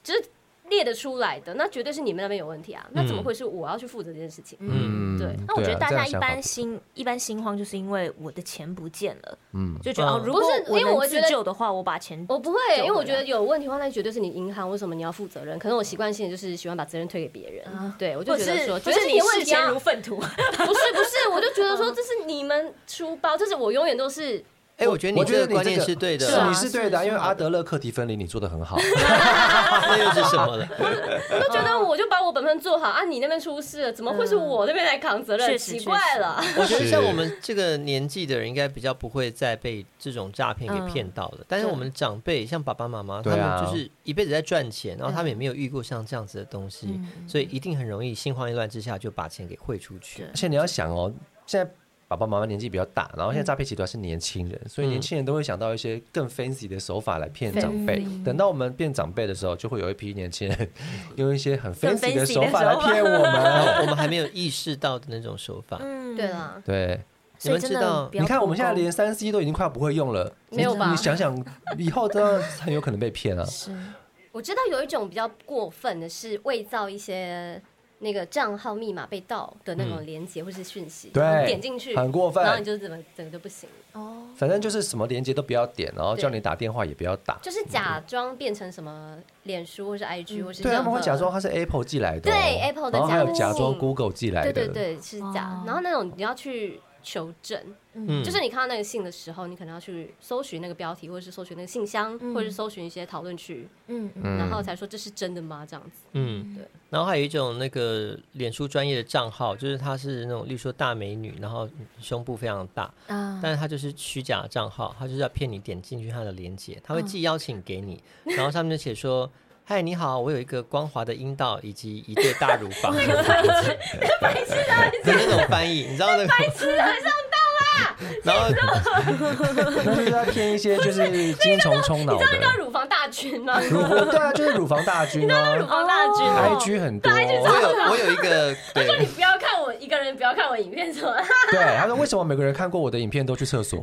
C: 就是列得出来的，那绝对是你们那边有问题啊，
D: 嗯
C: 那怎么会是我要去负责这件事情？
A: 嗯
C: 对
D: 那我觉
B: 对
D: 得
B: 啊
D: 大
B: 这样
D: 家一
B: 想法
D: 般
B: 不
D: 心一般心慌，就是因为我的钱不见了，
B: 嗯
D: 就觉得哦
A: 嗯，
D: 如果
C: 不是因为我
D: 能
C: 觉
D: 自
C: 得
D: 救的话，我把钱
C: 我不会、因
D: 就
C: 为
D: 会
C: 我觉
D: 啊
C: 得有问题的话，那绝对是你银行，为什么你要负责任？可能我习惯性就是喜欢把责任推给别人，
D: 啊
C: 对我就
D: 或
C: 觉
D: 者
C: 得
D: 是
C: 说，
D: 或
C: 绝对
D: 是
C: 是
D: 你
C: 的问
D: 视
C: 题
D: 钱
C: 啊
D: 如，嗯粪 [LAUGHS] 土，
C: 不是不是，我就觉得
D: [LAUGHS]
C: 说这是你们出包，这是我永远都是
A: 哎，我觉得你
B: 我觉
A: 这
B: 得
A: 个
B: 你
A: 观
B: 这
A: 念
B: 个
A: 是对的，
D: 是啊
B: 你是对的啊，
D: 是
B: 因为阿德勒课题分离你做的很好， [LAUGHS]
A: 那 [LAUGHS] 又是什么了？
C: 都觉
B: 嗯
C: 得我就把我本分做好啊，你那边出事了，怎么会是我那边来扛责任？
D: 确实
C: 奇怪了，
A: 我觉得像
B: 是
A: 我们这个年纪的人，应该比较不会再被这种诈骗
C: 嗯
A: 给骗到了。但是我们长辈，像爸爸妈妈，他
B: 对啊
A: 们就是一辈子在赚钱，然后他们也没有遇过像这样子的东西，
C: 嗯
A: 所以一定很容易心慌意乱之下就把钱给汇出去。
B: 而且你要想哦，现在爸爸妈妈年纪比较大，然后现在诈骗集团是年轻人，所以年轻人都会想到一些更 fancy 的手法来骗长辈。等到我们变长辈的时候，就会有一批年轻人用一些很 fancy 的手法来骗我
A: [LAUGHS]
B: 们。
A: 我们还没有意识到的那种手法，
D: 嗯，
C: 对，啦，
B: 对，
A: 你们知道
B: 你看我们现在连三 C 都已经快要不会用了，
C: 没有吧
B: 你你想想，以后真的很有可能被骗啊！
D: 是
C: [LAUGHS] 我知道有一种比较过分的是伪造一些那个账号密码被盗的那种连接或是讯息，
B: 嗯对
C: 然后点进去，
B: 很过分
C: 然后你就怎么整个就不行，
D: 哦，
B: 反正就是什么连接都不要点，然后叫你打电话也不要打。
C: 就是假装变成什么脸书或是 IG 或
B: 嗯
C: 是
B: 对，他
C: 任
B: 们
C: 何
B: 会假装。它是 Apple 寄来的哦、
C: 对，Apple 的
B: 然后还有
C: 假
B: 假装
C: 信
B: Google 寄来
C: 对
B: 的，
C: 对对，是假
D: 哦。
C: 然后那种你要去求证，
A: 嗯，
C: 就是你看到那个信的时候，你可能要去搜寻那个标题，或者是搜寻那个信箱，
D: 嗯
C: 或者是搜寻一些讨论区，
D: 嗯嗯
B: 嗯
C: 然后才说这是真的吗？这样子。
A: 嗯，
C: 对。
A: 然后还有一种那个脸书专业的账号，就是她是那种，例如说大美女，然后胸部非常大，
C: 嗯
D: 啊，
A: 但是她就是虚假的账号，她就是要骗你点进去她的链接，她会寄邀请给你，
C: 嗯
A: 然后上面就写说。 [LAUGHS] 嗨，你好，我有一个光滑的阴道以及一对大乳
C: [LAUGHS]
A: 房。那个翻
C: 啊
A: 译，那种翻译，你知
C: [LAUGHS]
A: 道那个白
D: [LAUGHS]
A: 痴上当啦！然后
B: 那就是在骗一些
C: [LAUGHS]
B: 就是精虫充脑的。
C: 那乳房大军
D: [LAUGHS]
C: 吗？
B: 乳 [LAUGHS] 对啊，就是乳房大军
C: 乳
B: 啊
C: 房大军哦
B: ，IG 很多。
A: 我有我有一个对，
C: 不要看我一个人，不要看我影片什么。
B: 对，他说为什么每个人看过我的影片都去厕所？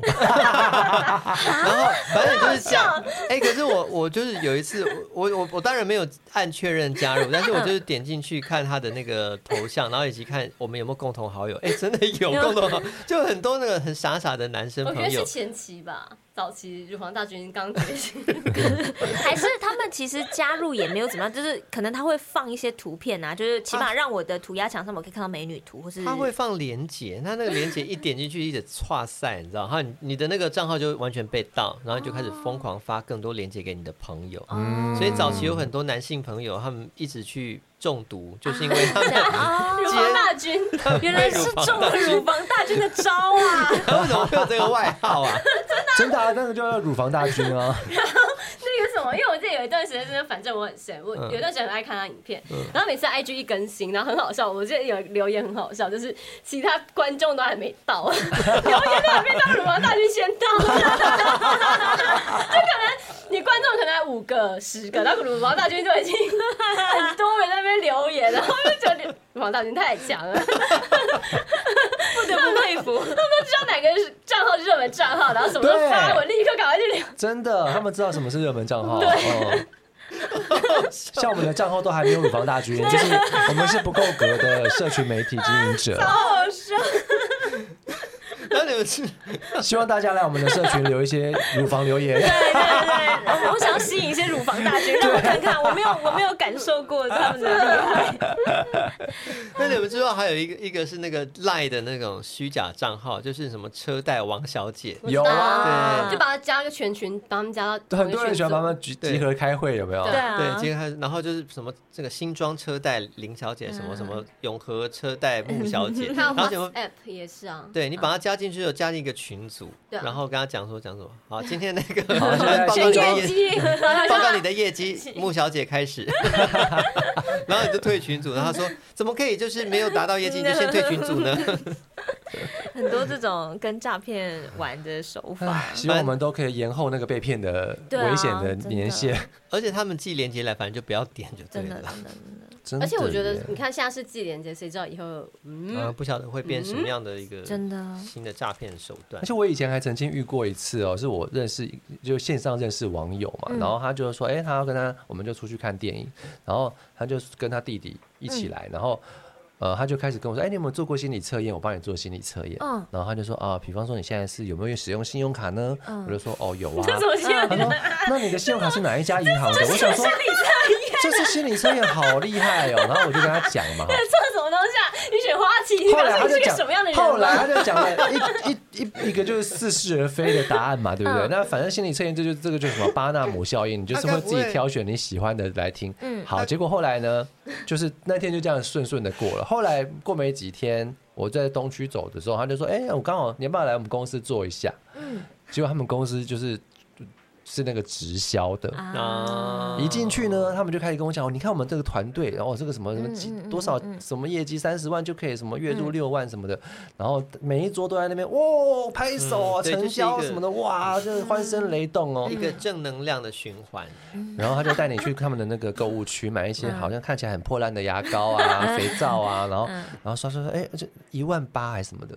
A: 然后反正就是这样。哎、可是我我就是有一次，我我我当然没有按确认加入，但是我就是点进去看他的那个头像，然后以及看我们有没有共同好友。哎、真的
C: [LAUGHS]
A: 有共同好友，就很多那个很傻傻的男生
C: 我觉得
A: 朋
C: 是
A: 友。
C: 前期吧，早期乳房大军刚崛
D: [LAUGHS]
C: 起。
D: 还是他们其实加入也没有怎么样，就是可能他会放一些图片啊，就是起码让我的涂鸦墙上面我可以看到美女图，或是
A: 他会放连结，他那个连结一点进去，一直歘塞，你知道，然后你你的那个账号就完全被盗，然后你就开始疯狂发更多连结给你的朋友。
B: 哦
A: 所以早期有很多男性朋友，他们一直去中毒，就是因为他们
D: 啊，
C: 乳房大军，
D: 原来是中了乳房大军的招啊！
A: 他为什么会有这个外号啊？
B: 真的啊，那个就叫乳房大军啊。
C: [LAUGHS] 那个什么，因为我记得有一段时间真的，反正我很闲，我
A: 嗯
C: 有一段时间很爱看他影片，然后每次 IG 一更新，然后很好笑，我记得有留言很好笑，就是其他观众都还没到， [LAUGHS] 留言都还没到，乳房大军先到，就可能你观众可能还五个、十个，然后乳房大军就已经很多人在那边留言，然后就觉得乳房大军太强了，
D: 不的不佩
C: [LAUGHS]
D: 服。
C: 都知道哪个是账号是热门账号，然后什么都发，
B: 对
C: 我立刻赶快去聊。
B: 真的，他们知道什么是热门账号。哦像我们的账号都还没有乳房大军，就是我们是不够格的社群媒体经营
C: [LAUGHS]
B: 者。
D: 好笑，
A: 那你们是
B: 希望大家来我们的社群留一些乳房留言。
D: 对对对，我我想要吸引一些乳房大军，让我看看，我没有我没有感受过他们的厉
C: [LAUGHS]
D: 害。
A: 那你们知道还有一个一个是那个赖的那种虚假账号，就是什么车贷王小姐，
B: 有啊，
C: [LAUGHS]
A: 对
C: 就把他加个全群，把他们加到同一
B: 很
C: 个
B: 多人喜欢
C: 群组
B: 帮他们集集合开会，有没有？
D: 对啊
A: 对，，今天还然后就是什么这个新庄车贷林小姐，什么什么永和车贷穆小姐，
C: 还有
A: 然后什么
C: WhatsApp 也是啊，
A: 对你把它加进去，有加进一个群组，
C: 对啊
A: 然后跟他讲说讲什么。好，今天那个
B: 好现在
A: [LAUGHS] 报告
B: 先
A: 你
B: 业
A: 的业，
D: 机，
A: 报告你的业绩，穆小姐开始。 [LAUGHS] 然后你就退群组，然后他说怎么可以就是没有达到业绩你就先退群组呢？ [LAUGHS]
D: 很多这种跟诈骗玩的手法
B: 唉，希望我们都可以延后那个被骗的
D: 对啊
B: 危险的
D: 真的
B: 年限。
C: 啊
A: 而且他们寄链接来，反正就不要点就对
D: 真的
A: 了。
D: 真的真的
B: 真的
C: 而且我觉得
B: 耶
C: 你看下世纪连接，谁知道以后
A: 啊，
C: 嗯，
A: 不晓得会变什么样的一个
D: 真的
A: 新的诈骗手段
B: 而。且我以前还曾经遇过一次哦，是我认识就线上认识网友嘛，
C: 嗯
B: 然后他就说，哎、他要跟他，我们就出去看电影，然后他就跟他弟弟一起
C: 嗯
B: 来，然后呃，他就开始跟我说，哎、你有没有做过心理测验？我帮你做心理测验。
D: 嗯
B: 然后他就说啊，比方说你现在是有没有使用信用卡呢？
C: 嗯
B: 我就说哦，有
C: [LAUGHS]
B: 啊。
C: 这怎么
B: [LAUGHS]
C: 现
B: 他
C: 在
B: 说：“那你的信用卡是哪一家银行的？”我想说，
C: 啊
B: 这是心理测验，好厉害哦！然后我就跟他讲嘛，
C: 这什么东西啊？你选花旗， [LAUGHS] 你
B: 后来
C: 告诉
B: 他就是
C: 你个
B: 讲
C: 什么样的，人
B: 后来
C: 吗？
B: 他就讲了一一一一个就是似是而非的答案嘛，对不对？
D: 嗯
B: 那反正心理测验这就这个就是什么巴纳姆效应，你就是会自己挑选你喜欢的来听。
D: 嗯
B: 好，结果后来呢，就是那天就这样顺顺的过了。后来过没几天，我在东区走的时候，他就说：“哎、我刚好你要不要来我们公司坐一下？”
C: 嗯
B: 结果他们公司就是是那个直销的，
D: 啊，
B: 一进去呢，他们就开始跟我讲，哦你看我们这个团队，然后这个什么
D: 嗯
B: 什么几多少什么业绩三十万就可以什么月入六万什么的，然后每一桌都在那边哇拍手
A: 嗯
B: 啊
A: 对
B: 成交什么的，哇，就是欢声雷动哦
A: 嗯
D: 嗯
A: 一。个正能量的循环，
B: 然后他就带你去他们的那个购物区买一些
D: 嗯
B: 好像看起来很破烂的牙膏啊、
D: [LAUGHS]
B: 肥皂啊，然后然后刷刷刷，哎，这一万八还是什么的，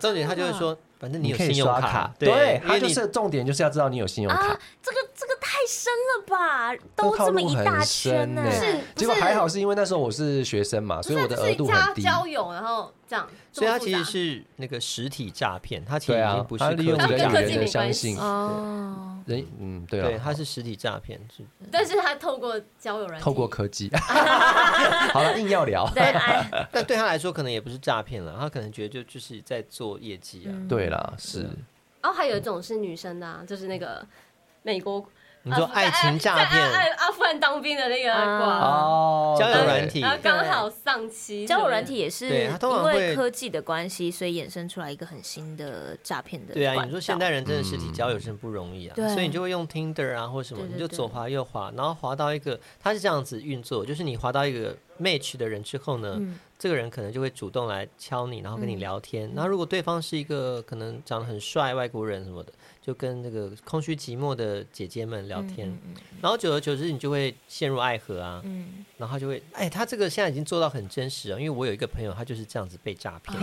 A: 重点他就会说，反正你有
B: 可以
A: 信用
B: 刷
A: 卡，
B: 对，
A: 因
B: 他
A: 为
B: 就
A: 你
B: 是重点就是要知道你有信用卡
D: 啊。，这个这个太深了吧，
B: 这
D: 兜
B: 个套
D: 这么
B: 路
D: 一
B: 很
D: 大圈
B: 深
D: 呢、
B: 呢、
C: 是不
B: 结果
C: 是
B: 还好是因为那时候我是学生嘛，所以我的
C: 就
B: 额
C: 是
B: 度
C: 加
B: 很低。
C: 交友，然后这样，
A: 所以它
C: 他
A: 其实是那个实体诈骗，它其实
B: 对
A: 已
B: 啊
A: 经不，是
B: 他利用
A: 科技
C: 的
A: 诈
B: 人
C: 科
A: 骗，
C: 技
B: 与人
C: 没
B: 的相
C: 关
B: 信
C: 系
D: 哦，
B: 人，嗯，对
A: 对，
B: 啊，
A: 它是实体诈骗，是
C: 但是他透过交友软件，
B: 透过科技。好了，硬要聊。
D: 对，哎，
A: 但对他来说可能也不是诈骗了，他可能觉得就就是在做业绩啊。
C: 嗯
B: 对啦，是
C: 然后还有一种是女生的啊，就是那个美国呃
A: 你说
C: 啊
A: 爱情诈
C: 在在在
A: 骗，
C: 阿富汗当兵的那个
D: 啊
C: 挂，
B: 哦
A: 交友
B: 对
A: 软体
C: 然后刚好丧妻，
D: 交友软体也是
A: 对它通
D: 因
A: 常
D: 为
A: 会
D: 科技的关系，所以衍生出来一个很新的诈骗的
A: 对啊，
D: 管
A: 你说
D: 道
A: 现代人真的实体交友真的不容易啊，
D: 对
A: 所以你就会用 Tinder 啊或什么，
D: 对对
A: 你就左滑右滑，然后滑到一个，它是这样子运作，就是你滑到一个 match 的人之后呢，
D: 嗯
A: 这个人可能就会主动来敲你，然后跟你聊天。那、如果对方是一个可能长得很帅外国人什么的，就跟那个空虚寂寞的姐姐们聊天，然后久而久之你就会陷入爱河啊，
D: 嗯，
A: 然后就会，哎，他这个现在已经做到很真实了，因为我有一个朋友，他就是这样子被诈
D: 啊
A: 骗。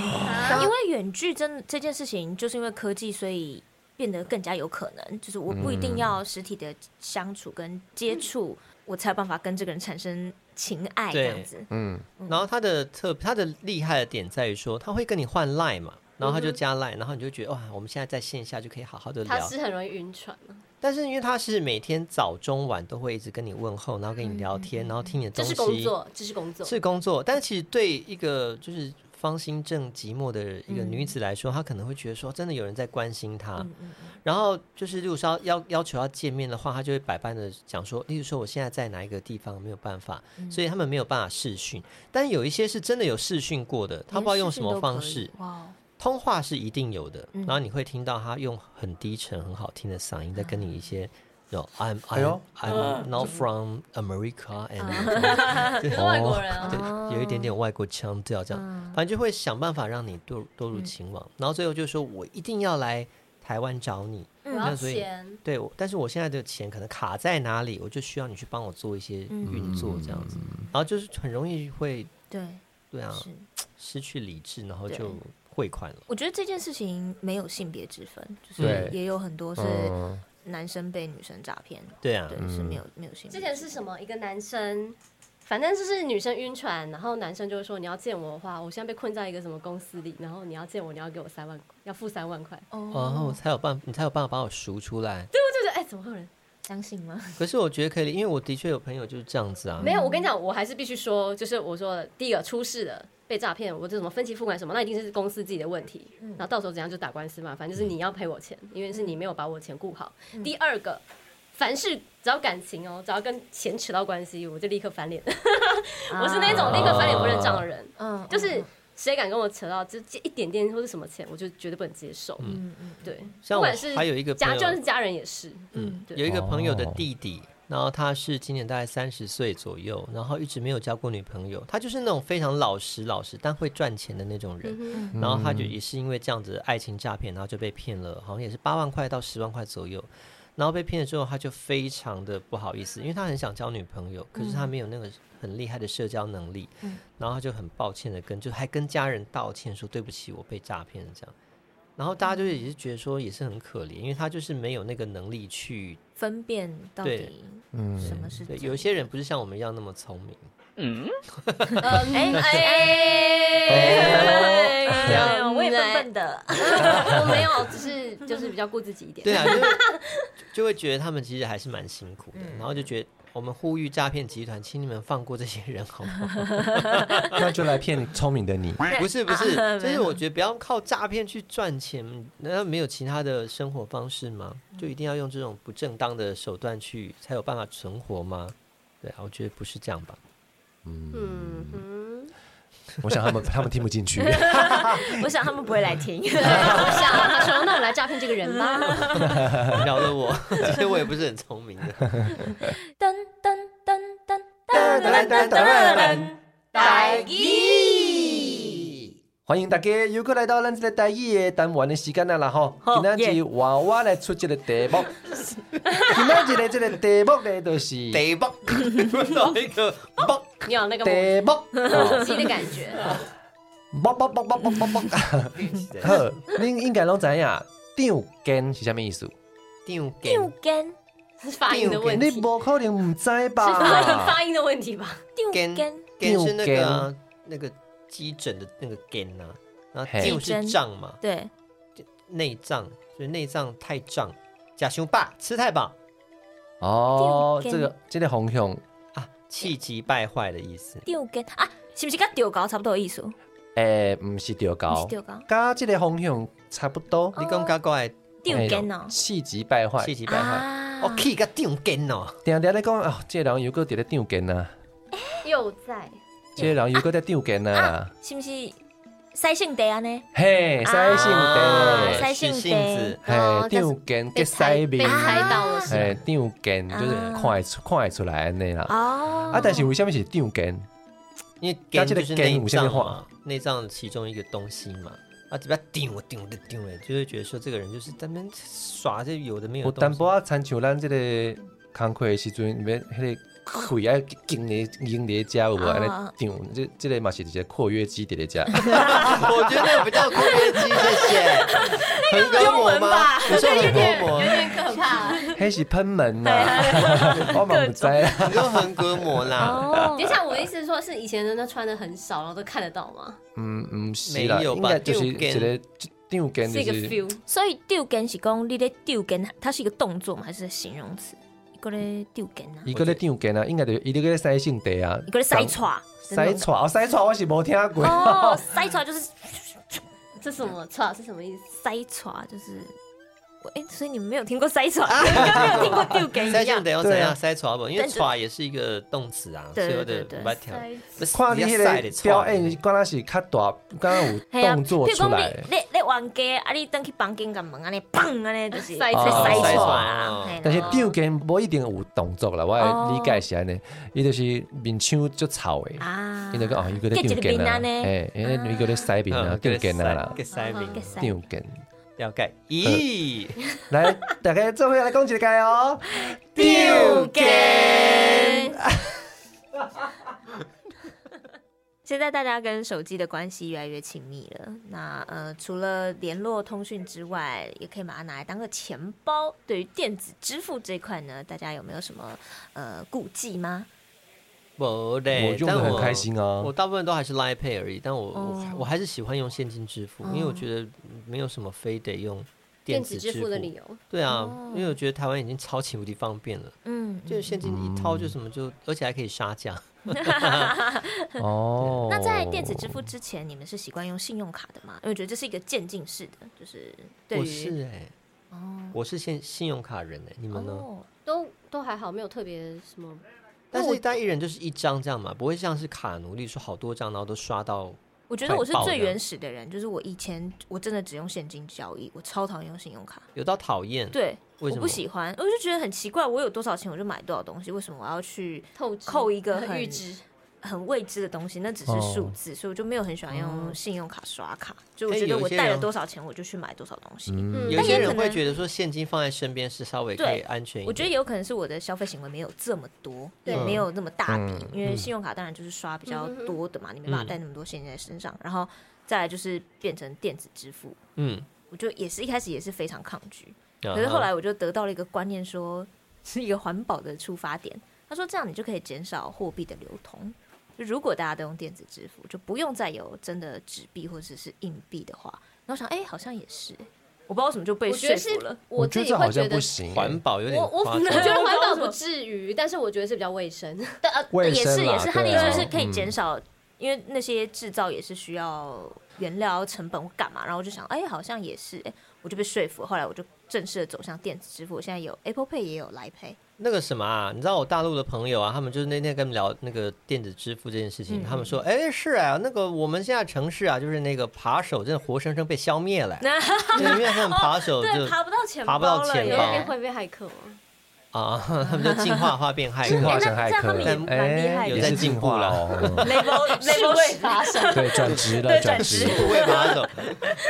D: 因为远距真的这件事情，就是因为科技，所以变得更加有可能，就是我不一
A: 嗯
D: 定要实体的相处跟接触，我才有办法跟这个人产生情爱这
A: 对
D: 样子。
B: 嗯，
A: 然后他的特他的厉害的点在于说，他会跟你换 line 嘛，然后他就加 line，、然后你就觉得哇，我们现在在线下就可以好好的
C: 他
A: 聊。
C: 是很容易晕船啊
A: 但是因为他是每天早中晚都会一直跟你问候，然后跟你聊
C: 嗯
A: 天，然后听你的
C: 这
A: 东西，
C: 是工作，这是工作，
A: 是工作，但其实对一个就是芳心正寂寞的一个女子来说，她可能会觉得说，真的有人在关心她。
D: 嗯
A: 然后就是，如果说要要要求要见面的话，她就会百般的讲说，例如说我现在在哪一个地方没有办法，
D: 嗯
A: 所以他们没有办法视讯。但有一些是真的有视讯过的，他不知道用什么方
D: 连视
A: 式
D: 讯，都可以？嗯哇，哦
A: 通话是一定有的。然后你会听到她用很低沉、很好听的嗓音在跟你一些。No, I'm
B: 哎
A: I'm
B: 呦
A: I'm not from America
D: [LAUGHS]
A: and
D: 啊
A: 哦
C: 你是外国人啊，
A: [LAUGHS]
C: 嗯
A: 对，有一点点外国腔调这样，反正就会想办法让你堕堕入情网，然后最后就说我一定要来台湾找你，
C: 我要
A: 那所以
C: 钱，
A: 对，我但是我现在的钱可能卡在哪里，我就需要你去帮我做一些运作这样子，
C: 嗯
A: 然后就是很容易会
D: 对，
A: 对啊
D: 是
A: 失去理智，然后
D: 对
A: 就汇款了。
D: 我觉得这件事情没有性别之分，就是
B: 对
D: 也有很多是
B: 嗯，
D: 男生被女生诈骗，
A: 对啊，
D: 对，是没有没有性
C: 之
D: 别之分。
C: 前是什么？一个男生，反正就是女生晕船，然后男生就会说你要见我的话，我现在被困在一个什么公司里，然后你要见我，你要给我三万，要付三万块。
A: 然
C: 哦
A: 后哦才有办，你才有办法把我赎出来。
C: 对，我就觉得哎、怎么会有人？
D: 相信吗？
A: 可是我觉得可以理，因为我的确有朋友就是这样子啊。
C: 没有，我跟你讲，我还是必须说，就是我说的第一个出事的被诈骗，我这什么分期付款什么，那一定是公司自己的问题。然后到时候怎样就打官司嘛，反正就是你要赔我钱，因为是你没有把我钱顾好。第二个，凡事只要感情哦，只要跟钱扯到关系，我就立刻翻脸。我是那种立刻翻脸不认账的人，
D: 嗯，嗯，
C: 就是谁敢跟我扯到就一点点或是什么钱，我就绝对不能接受。
D: 嗯嗯
C: 对，
A: 像
C: 不
A: 我
C: 管是
A: 还有一个朋
C: 家，就
A: 友
C: 是，家人也是。
A: 嗯，
C: 对
A: 有一个朋友的
B: 哦
A: 弟弟，然后他是今年大概三十岁左右，然后一直没有交过女朋友，他就是那种非常老实老实但会赚钱的那种人。
C: 嗯
A: 然后他就也是因为这样子的爱情诈骗，然后就被骗了，好像也是八万块到十万块左右。然后被骗了之后，他就非常的不好意思，因为他很想交女朋友，可是他没有那个很厉害的社交能力，
D: 嗯
A: 然后他就很抱歉的跟，就还跟家人道歉说对不起，我被诈骗了这样。然后大家就也是觉得说也是很可怜，因为他就是没有那个能力去，
D: 分辨到
A: 对
D: 底什么是
A: 对，
D: 真
A: 有一些人不是像我们一样那么聪明，
C: 嗯
D: 哎
C: 哎
D: 哎
C: 这样
D: 哎呦我也笨笨的，
C: 我没有，只是就是比较顾自己一点。
A: 对啊，
D: [LAUGHS]
A: 就就会觉得他们其实还是蛮辛苦的，
D: 嗯
A: 然后就觉得我们呼吁诈骗集团，请你们放过这些人好不
D: [LAUGHS]
A: 好？
B: 那就来骗聪明的你。
A: 不是不是，
D: 啊
A: 就
D: 没
A: 是
D: 有
A: 我觉得不要靠诈骗去赚钱，难道没有其他的生活方式吗？就一定要用这种不正当的手段去才有办法存活吗？对啊，我觉得不是这
D: [LAUGHS]
A: 样吧。
C: 嗯哼，
B: 我想他们他们听不进去。
D: 我想他们不会来听。
C: 我想他说那我来诈骗这个人吧。
A: 饶了我，其实我也不是很聪明
D: [LAUGHS]
A: 的。
D: 噔噔噔噔噔噔噔噔噔，大
A: [LAUGHS] 意。
B: 欢迎大家又过来到咱这个台语的单元的时间啦啦吼，
D: 好
B: 今仔日
D: 耶
B: 娃娃来出这个题目，今仔日的这个题目呢就是
A: 得吧，碰到一个棒，
C: 你有那个母
B: 题目，
C: [LAUGHS]
B: 哦
C: 鸡的感觉，
B: 啵啵啵啵啵啵啵。好，恁应该拢知影，丢根是啥物意思？
A: 丢
D: [LAUGHS]
A: 给
D: 丢根
C: 是发音的问
B: 你
C: 题，是
B: 无可能唔知
C: 发音
B: 吧？
C: 发音的问题吧？
D: 丢
A: 跟
D: 根，
A: 跟是那个啊那个鸡枕的那个根呐，然后
B: 嘿
A: 丢
D: 鸡胗
A: 是胀嘛，
D: 对，
A: 内脏，所以内脏太胀，假胸霸吃太饱
B: 哦，
D: 丢
B: 这
D: 根
B: 个这个方向，
A: 啊，气急败坏的意思。
D: 丢根啊，是不是跟丢高差不多的意思？
B: 诶，唔呃是丢
D: 不
B: 高
D: 是，丢高，
B: 甲这个方向差不多。
A: 你
D: 哦
A: 讲搞怪
D: 丢
B: 哎
D: 根哦，
B: 气急败坏
A: 气，急败坏，
D: 啊
A: 我气个丢根哦，
B: 常常咧讲哦，这个人又搁伫咧丢根啊，
C: 又在
B: 这个人又搁在丢根啊，
D: 是不是塞性地啊呢？
B: 嘿，塞性
D: 啊
B: 地，
D: 塞性
A: 是
D: 地
A: 性子，
C: 哦
B: 嘿，丢根
C: 被啊
B: 结
C: 猜
B: 塞
C: 被
B: 面，
C: 猜到了是
B: 嘿
C: 吗？，
B: 丢根就是
D: 啊
B: 看会出看会出来安尼啦。
D: 哦
B: 啊，但是为什么是丢根？
A: 因为根就是内
B: 跟这个
A: 脏
B: 根有
A: 嘛
B: 什，
A: 内脏其中一个东西嘛。啊，这边顶我顶我的顶了，就会觉得说这个人就是在那边耍这有的没有
B: 有
A: 的
B: 淡
A: 东西。
B: 薄啊仔，亲像咱即个工课的时阵，要迄个血啊，经咧经咧遮有无？
D: 啊
B: 安尼涨，即即个嘛是一个括约肌伫咧遮。
A: 我觉得那个不叫括约肌，谢
D: [LAUGHS]
A: 谢。横膈膜吗？你说横膈膜，
C: 可怕。
B: 迄是喷门 [LAUGHS] 呐，我嘛毋知啦。
A: 你说横膈膜啦，
D: 哦
C: 等一下，我的意思是说，是以前人都穿的很少，然后都看得到吗？
B: 嗯，毋是啦，
A: 没有
B: 应
A: 吧
B: 该就是一
A: 丢
B: 个丢根，
C: 是一
B: 就
C: 个
B: 是
C: feel，
D: 所以丢根是讲你咧丢根，它是一个动作吗？还是形容词？一个咧丢根啊，
B: 伊个咧丢根啊，应该就是伊咧个塞性地啊，
D: 一个咧塞叉，
B: 塞带哦，塞带我是无听过。
D: 哦，塞叉就是
C: 这什么？错，啊是什么意思？
D: 塞叉就是，我哎、所以你们没有听过
B: [LAUGHS]
D: 塞叉，你们没有听过丢根
A: 塞
D: 一
A: 性
D: 样。
A: 得要怎
B: 啊
A: 样塞爪不？因为
D: 但是
A: 爪也是一个动词啊，所
D: 对
A: 以有
D: 对
A: 的
D: 对
A: 不要跳。不是
B: 看你
A: 人
B: 迄
A: 家塞的
B: 个表演，
A: 爪
B: 敢若是较大，敢若有
D: 嘿啊
B: 动作
D: 譬如
B: 出
D: 讲
B: 来。
D: 你你你玩家啊，你登去房间甲门安尼，砰安尼就是
C: 塞
D: 就
B: 出来
D: 塞
B: 哦塞出
D: 叉
A: 来
D: 啊
A: 哦。
D: 嘿啦
B: 但是丢根无一定有动作啦，我的理解是安尼，伊就是面腔足臭的，
D: 哦啊，
B: 伊就讲哦，伊个咧丢
D: 结一
B: 根
D: 个面
B: 啊
D: 安，尼
B: 哎，伊个咧塞面啊，丢根啊啦
A: 嗯给，塞名
D: 哦给塞
B: 丢根。
A: 了解。咦，
B: 来，大家做伙来讲一个哦，
D: 丢根。现在大家跟手机的关系越来越亲密了。那呃，除了联络通讯之外，也可以把它拿来当个钱包。对于电子支付这一块呢，大家有没有什么呃顾忌吗？
A: 不嘞，
B: 我用
A: 但
B: 的很
A: 我
B: 开心啊
A: 我。大部分都还是 Line Pay 而已，但我、
D: 哦
A: 我我还是喜欢用现金支付，因为我觉得没有什么非得用
C: 电
A: 子
C: 子
A: 支
C: 支付的理。由，
A: 对啊，
D: 哦
A: 因为我觉得台湾已经超级无敌方便了，
D: 嗯，
A: 就是现金一掏就什么就，而且还可以杀价。
B: 哦，
D: [LAUGHS] 那在电子支付之前，你们是习惯用信用卡的吗？因为我觉得这是一个渐进式的，就是对
A: 我
D: 于
A: 是哎、我是现信用卡人哎、你们呢？
D: 哦，
C: 都都还好，没有特别什么。
A: 但
C: 那
A: 是
C: 我
A: 大家一人就是一张这样嘛，不会像是卡奴隶说好多张，然后都刷到
D: 我觉得我是最原始的人，就是我以前我真的只用现金交易，我超讨厌用信用卡。
A: 有到讨厌。
D: 对，我
A: 为什么
D: 不喜欢，我就觉得很奇怪，我有多少钱我就买多少东西，为什么我要去
C: 透支
D: 扣一个
C: 呃
D: 很
C: 预支，
D: 很未知的东西？那只是
B: 哦
D: 数字，所以我就没有很喜欢用信用卡刷卡。就我
A: 哦哎
D: 觉得
A: 有一
D: 我
A: 些
D: 带了
A: 人
D: 多少钱，我就去买多少东西。
C: 嗯
A: 有一
D: 但也
A: 些
D: 可
A: 人会
D: 能
A: 觉得说现金放在身边是稍微可以
D: 对
A: 安全一点。
D: 我觉得也有可能是我的消费行为没有这么多，
C: 对
D: 也没有那么大笔，
B: 嗯
D: 因为信用卡当然就是刷比较多的嘛，你没办法带那么多现金在身上。然后再来就是变成电子支付，
A: 嗯，
D: 我就也是一开始也是非常抗拒，
A: 可
D: 可是后来我就得到了一个观念说，是一个环保的出发点。他说这样你就可以减少货币的流通。就如果大家都用电子支付，就不用再有真的纸币或者是硬币的话，然后想哎、好像也是、我不知道为什么就被
C: 我觉得
D: 说
C: 是
D: 服了。
C: 我
B: 觉
C: 自
B: 得
C: 己
B: 这好
C: 会
B: 像
C: 觉
B: 不
C: 得，
B: 行，
A: 环保
B: 哎
A: 有点
D: 我我
A: 夸
C: 我 [LAUGHS]
A: 张
C: 觉得环
D: 我
C: 保
D: 不知道
C: 不至于，但是我觉得是比较卫生。
D: 但呃
B: 卫
D: 也
B: 生
D: 是
B: 啦
D: 也是，它的
B: 对
D: 意
B: 啊
D: 思是可以
B: 嗯
D: 减少，因为那些制造也是需要原料成本或干嘛，然后我就想，哎、好像也是，哎、我就被说服了，后来我就正式的走向电子支付，我现在有 Apple Pay 也有来 Pay，
A: 那个什么啊，你知道我大陆的朋友啊，他们就是那天跟他们聊那个电子支付这件事
D: 嗯
A: 情，他们说，哎，是啊，那个我们现在城市啊，就是那个扒手真的活生生被消灭
D: [LAUGHS]
A: 了、对，因为他们扒手哦就
D: 对，爬不到钱
A: 爬不
D: 包
A: 到
D: 了
A: 钱啊
D: 耶，
C: 有
A: 包
C: 人会被骇客吗？
A: 啊， [LAUGHS] 他们就进化化变骇
B: 进化
A: 客。 [LAUGHS]
B: 成骇客，
D: 哎那这样他们也蛮厉害的
B: 也是进化哦。嗯
D: [LAUGHS] level
C: 是
D: level
C: 为
D: 十
C: 发生，
B: [LAUGHS]
D: [LAUGHS]
B: 对，转职
D: 对
B: 了，
D: 转
B: 职
D: 职。
A: 数位扒手，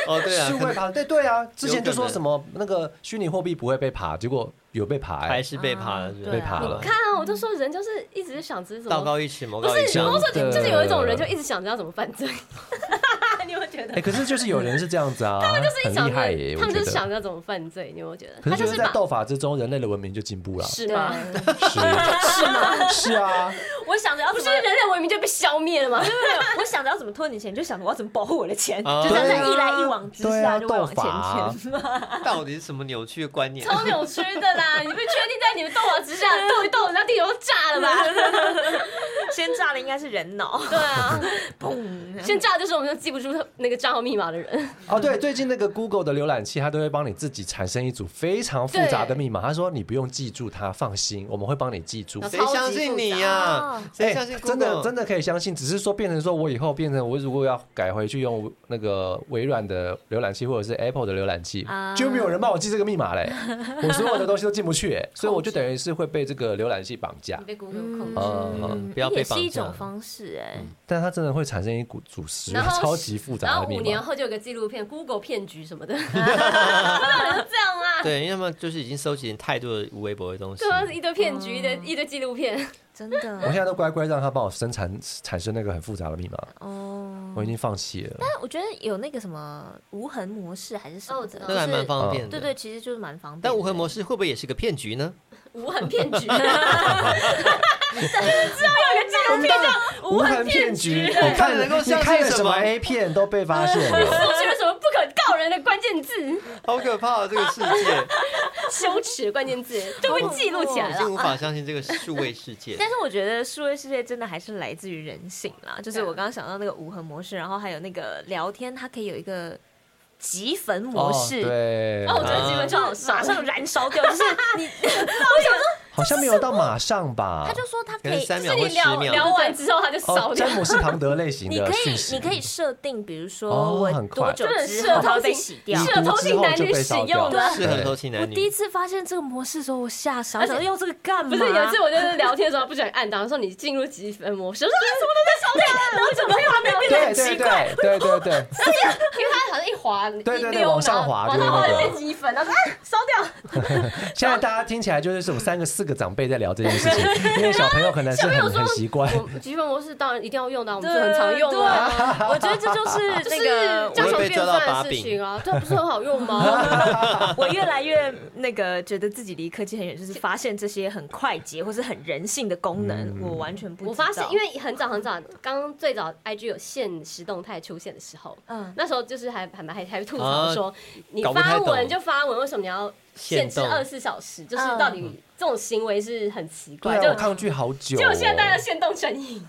A: 哦，对
B: [LAUGHS]
A: 啊，
B: 数
A: 可
B: 位
A: 能
B: 爬，对对啊，之前
A: 有
B: 就
A: 可
B: 说
A: 能
B: 什么那个虚拟货币不会被爬，结果有被爬
A: 还
B: 哎，
A: 是被扒了，是吧
D: 对啊被
B: 爬了
C: 看啊，我就说人就是一直想着什
A: 道
C: 么，
A: 高一尺，魔
C: 不
A: 高一
C: 是，
A: 丈
C: 我。说
B: 对
C: 就是有一种人就一直想着要怎么犯罪，
B: 啊
C: 你有没有觉得？
B: 哎，可是就是有人是这样子啊，
C: 就是一
B: 很
C: 直想
B: 厉
C: 着
B: 害耶，
C: 他
B: 我
C: 们
B: 觉
C: 就是
B: 得。
C: 想着怎么犯罪，你有没有觉得？
B: 可
C: 他
B: 是
C: 就
B: 就是是在
C: 把啊
B: 斗法之中，人类的文明就进步了，
C: 是
D: 对
C: 吗？
B: 是
D: 是吗？
B: 是啊，
D: 我想着要
C: 不
D: 怎
C: 是
D: 么， [LAUGHS]
C: 人类文明就被消灭了吗？
D: 我想着要怎么拖你钱，就想着我要怎么保护我的钱，
A: 啊
D: 就这样在
B: 对啊
D: 一来一往之
B: 对
D: 下
B: 啊
D: 就会往
B: 斗法啊
D: 前前嘛。
A: 到底是什么扭曲的观念？
C: 超扭曲的 [LAUGHS] 啦！你被确定在你们斗法之下斗一斗，人家地球都炸了吧？ [LAUGHS]
B: 啊
D: [LAUGHS] 先炸的应该是人脑，
C: 对啊，
D: 砰！
C: 先炸就是我们都记不住那个账号密码的人。
B: 哦对，最近那个 Google 的浏览器，它都会帮你自己产生一组非常复杂的密码。他说你不用记住它，放心，我们会帮你记住。
A: [LAUGHS] 谁相信你呀
D: 哦？
A: 谁相信
B: 哎真的
A: Google？
B: 真的可以相信，只是说变成说我以后变成我如果要改回去用那个微软的浏览器或者是 Apple 的浏览器，
D: 啊
B: 就没有人帮我记这个密码
C: [LAUGHS]
B: 嘞，我所有的东西都进不去欸，所以我就等于是会被这个浏览器绑架
C: [LAUGHS] 你。被 Google 控制，
B: 嗯，
A: 嗯不要被
D: 也是
A: 绑
D: 一
A: 架
D: 种。方式哎、
B: 但它真的会产生一股主食
C: 然，后
B: 超级复
C: 然
B: 杂
C: 后
B: 的密
C: 五年
B: 码。
C: 后就有个纪录片 Google 骗局什
B: [LAUGHS]
C: 么的， [LAUGHS] 不然人这样啊。
A: 对，因为他们就是已经搜集太多的微博的东西
C: 对。啊，一堆骗局，一堆一堆纪录片，
D: 真
B: 我现
D: 的
B: 在都乖乖让它帮我生产产生那个很复杂的密码，
D: 哦。
B: 我已经放弃了。
D: 但我觉得有那个什么无痕模式还是什
C: 哦
D: 么
C: 我知
D: 的，
C: 道
A: 那个还蛮方
B: 嗯
A: 便的。
D: 对对，其实就是蛮方便的。
A: 但无痕模式会不会也是个骗局呢？
C: 无痕骗 [LAUGHS] 局。 [LAUGHS] 我们当
B: 无痕骗局，
C: 对
B: 你看
A: 能
C: [LAUGHS]
A: 够
B: 你
A: 相信
B: 看了
A: 什
B: 什么
A: 么
B: A 片都被发现了。
C: 出现了什么不可告人的关键字？
A: [LAUGHS] 好可怕、啊！这个世 [LAUGHS] 界
C: 羞耻关键字都被记录起来
A: 已
C: 了
A: 经。无法相信这个数位世 [LAUGHS] 界。
D: 但是我觉得数位世界真的还是来自于人性
C: 啊
D: 啦，就是我刚刚想到那个无痕模式，然后还有那个聊天，它可以有一个集焚模式，
B: 哦对，
C: 哦，我觉得基本就好少
D: 马上燃烧
C: [LAUGHS]
D: 掉，就是你，
B: 好像没有到马上吧？
D: 他就说它可
A: 可能
D: 以，
A: 三
C: 就
A: 秒或
C: 是你
A: 十
C: 聊聊
A: 秒，
C: 完之后，他就扫
B: 哦，
C: 掉
B: 詹。姆斯庞德类型
D: 你
B: 的
D: 可
B: 讯
D: 以
B: 息，
D: 你可以设定，比如说
B: 哦
D: 我
B: 很快
D: 多久之
C: 这很适
D: 后
C: 合
D: 它会
C: 偷
D: 被
C: 听
D: 洗
B: 已
D: 掉
C: 你。
B: 读之后就被烧掉
A: 适
C: 适合偷听男女使用的
A: 合偷情
D: 我
A: 男女。
D: 第一次发现这个模式的时候，我吓傻，我想说用这个干嘛？
C: 不是有一次我就是聊天的时候不小心按到，说你进入积分模式，我说啊什么都在啊
D: 然后整个画面变得
B: 对
D: 很奇
B: 对
D: 怪。
B: 对对对对，
C: 因为它好像一滑，对
B: 对对对往上滑
C: 往
B: 就是
C: 上
B: 那
C: 滑
B: 个
C: 就变积分，然后说啊烧掉，
B: 现在大家听起来就是什么三个四个长辈在聊这件事情，因为小朋友可能是很很习惯。
C: 我积分模式当然一定要用到，我们
D: 对
C: 是很常用的。啊
D: 对，我觉得这就是
C: [LAUGHS]
D: [LAUGHS] 那个
C: 家
A: 我会
C: 常
A: 被
C: 便
A: 抓到把
C: 饭的事
A: 柄
C: 情啊，这不是很好用 [LAUGHS] 吗？
D: 我越来越那个觉得自己离科技很远，就是发现这些很快捷或是很人性的功能，我完全不知道。
C: 我发现，因为很早很早，刚最早 IG 有现实动态出现的时候，
D: 嗯，
C: 那时候就是还还蛮还还吐槽
A: 啊
C: 说，你
A: 搞不太
C: 发
A: 懂
C: 文就发文，为什么你要限制
A: 限动
C: 二十四小时？就是
D: 嗯
C: 到底这种行为是很奇
B: 对
C: 怪，
B: 啊，
C: 就
B: 我抗拒好久哦。
C: 结果现在大家限动成瘾，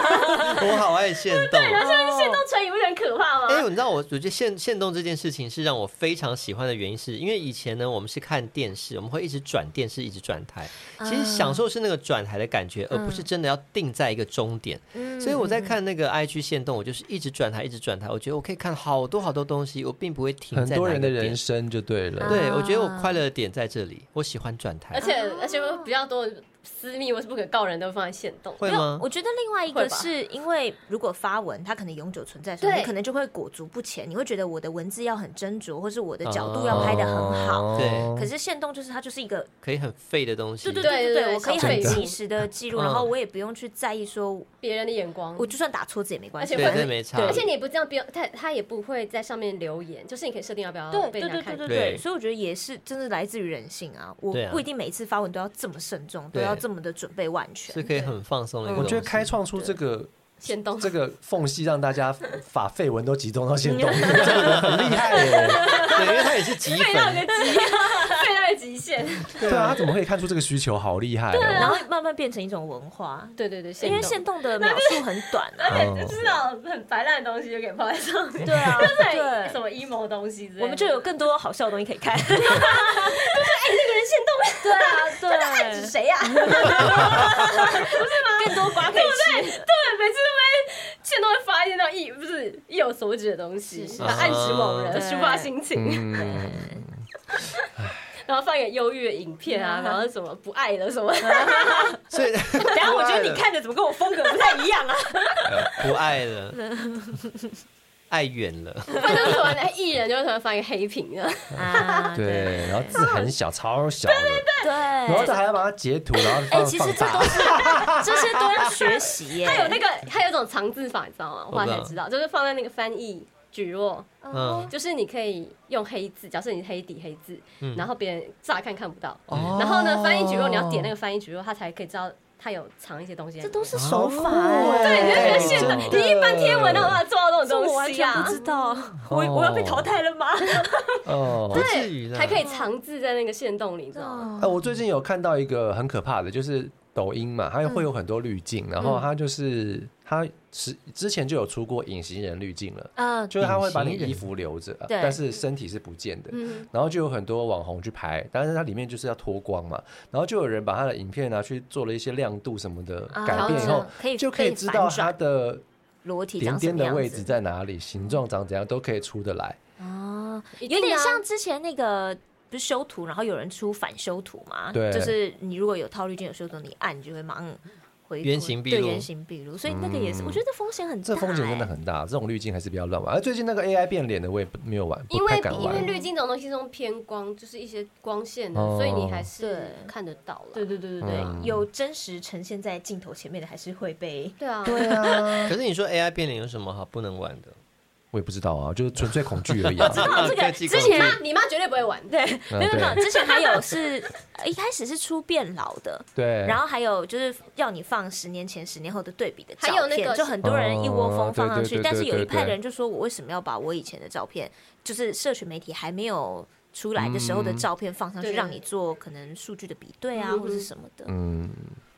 A: 我好爱限 [LAUGHS] 动。
C: 然后现在限动成瘾不是很可怕啊
A: 哎、
C: 吗？
A: 你知道我，我觉得限限动这件事情是让我非常喜欢的原因是，因为以前呢，我们是看电视，我们会一直转电视，一直转台，其实享受是那个转台的感觉，而不是真的要定在一个终点。所以我在看那个 IG 限动，我就是一直转台，一直转台，我觉得我可以看好多好多东西，我并不会停
B: 很
A: 在
B: 多
A: 哪
B: 人
A: 一
B: 的
A: 个
B: 人
A: 点。
B: 生就对了。
A: 对，我觉得
D: 啊
A: 我快乐的点在这里，我喜欢转台
C: 而，且而且比较多私密或是不可告人都放在限动，
A: 会 [LAUGHS]
D: 没有
A: 吗，
D: 我？觉得另外一
C: 会
D: 个
C: 吧
D: 是因为如果发文，它可能永久存在，所以
C: 对
D: 你可能就会裹足不前，你会觉得我的文字要很斟酌，或是我的角度要拍的很
B: 哦
D: 好。
A: 对
D: 可是限动就是它就是一个
A: 可以很废的东西。
D: 对对
C: 对
D: 对
C: 对
D: 对，我可以很
C: 小
D: 及时的记录，
A: 嗯
D: 然后我也不用去在意说，
C: 别人的眼光
D: 我。就算打错字也没关系，
C: 而且
D: 反
A: 对
D: 正
A: 对没差。
C: 而且你也不这样，不要他他也不会在上面留言，就是你可以设定要不要
D: 对
C: 被
D: 对
C: 人家
D: 对
C: 看
D: 对
C: 见
D: 对
A: 对
D: 对，所以我觉得也是，真的来自于人性啊。我
A: 对啊
D: 不一定每一次发文都要这么慎重，都
A: 对
D: 要这么的准备万全
A: 是。可以很放松的一个
B: 我
A: 东西。
B: 觉得开创出这个
C: 限动。 [LAUGHS]
B: 这个缝隙，让大家把绯闻都集中到现动，这个人很厉害
A: [LAUGHS]
B: 耶。
A: 对，因为它也
D: [LAUGHS]
A: 是极
C: 废到一
A: 粉
C: 个，极，废到一个极限。
B: 对啊，他怎么可以看出这个需求？好厉害哦！
D: 然后慢慢变成一种文化，
C: 对对对，
D: 因为
C: 限
D: 限动的描述很短啊。
B: 哦
C: 动就是那种很白烂的东西就可以放在上面，
D: [LAUGHS] 对啊，
C: 对什
D: [LAUGHS] 对，
C: 么 emo 东西之类的，
D: 我们就有更多好笑的东西可以 [LAUGHS] 看。对
C: 那 [LAUGHS] 个
D: 啊，
C: 指
D: 对，
C: 谁呀？不是吗？
D: 更多瓜可以吃。
C: 对，每次都会现在都会发现到意不是意有所指的东西，
D: 是是
C: 然后暗指某人，
D: 对
C: 啊抒发心情，
B: 嗯，
C: [LAUGHS] 然后放一个忧郁的影片啊，
D: 嗯
C: 然后什么不爱了什 [LAUGHS] 么，
A: 所以
D: 等一下我觉得你看着怎么跟我风格不太一样啊？
A: [LAUGHS] 不爱了，
D: 嗯
A: 爱远了。
C: 不然就是突然 [LAUGHS] 哎艺人就会突然放一个黑屏啊，
D: [LAUGHS] 啊，
B: 对，然后字很小，超小的，
D: 对。
B: 然后这还要把它截图，然后
D: 哎，
B: 放
D: 其实
B: 放
D: 这
B: 大
D: 都。是这些都要学习 [LAUGHS] 耶。
C: [LAUGHS] 还有那个还有一种藏字法，你知道吗？我后来才
A: 我
C: 知
A: 知
C: 道，就是放在那个翻译举弱。
D: 哦
A: 嗯，
C: 就是你可以用黑字，假设你黑底黑字，
A: 嗯
C: 然后别人乍看看不到，
B: 哦
C: 然后呢翻译举若你要点那个翻译举若，他才可以知道他有藏一些东西在
D: 这
C: 里面。
D: 都是手法
B: 哦
D: 哎，
C: 对，你就觉得 [LAUGHS] 现
B: 真
C: 在
B: 的
C: 你一般贴文哪有办法做到这
D: 这
C: 种
D: 我
C: 东
D: 完
C: 西
D: 全
C: 啊
D: 不？知道，我我要被淘汰了 [LAUGHS] 吗？
B: 哦
A: 嗯不至于啦，
C: 还可以藏字在那个线洞里，你知道吗？
D: 嗯
B: 哎、我最近有看到一个很可怕的，就是抖音嘛，它会有很多滤镜，然后它就是它之之前就有出过隐形人滤镜了，
D: 嗯，
B: 就是它会把你
A: 隐形人
B: 衣服留着，
D: 对
B: 但是身体是不见的。
C: 嗯，
B: 然后就有很多网红去拍，但是它里面就是要脱光嘛，然后就有人把他的影片拿、啊去做了一些亮度什么的改变以后，
D: 啊可以
B: 就可以知道他的
D: 裸体
B: 点
D: 长什
B: 点
D: 么
B: 的
D: 样
B: 位置
D: 子
B: 在哪里，形状长怎样都可以出得来。
D: 哦，
C: 一定
D: 有点
C: 啊
D: 像之前那个。不是修图，然后有人出反修图嘛？
B: 对
D: 就是你如果有套滤镜有修图，你按你就会马上回
A: 原形毕露
D: 对原形毕露，所以那个也是，我觉得这风险很大、
B: 嗯这风险真的
D: 哎
B: 很大，这种滤镜还是不要乱玩。而最近那个 AI 变脸的，我也不没有玩，不
C: 因为
B: 太敢
C: 因
B: 玩
C: 为。滤镜这种东西是用偏光，就是一些光线的，
B: 哦
C: 所以你还是
D: 对
C: 看得到了。
D: 对对对对对，
B: 嗯
D: 有真实呈现在镜头前面的，还是会被
C: 对
B: [LAUGHS]
C: 啊，
B: 对啊，
A: 可是你说 AI 变脸有什么好不能玩的？
B: 我也不知道啊，就是纯粹恐惧
D: [LAUGHS]
B: 而已、啊。
D: 哦这个
A: 科技
D: 之
A: 工具
C: 你
D: 前
C: 妈你妈绝对不会玩，
D: 对，
B: 嗯
D: 没有没有，
B: 对
D: 啊之前还有是 [LAUGHS] 呃一开始是出变老的，
B: 对，
D: 然后还有就是要你放十年前、十年后的对比的照片，
C: 还有那个
D: 就很多人一窝蜂放上去，
B: 哦对对对
D: 但是有一派
B: 对对
D: 人就说我为什么要把我以前的照片，就是社群媒体还没有出来的时候的照片放上去，
C: 对
D: 让你做可能数据的比对啊，
C: 嗯
D: 或者是什么的。
B: 嗯，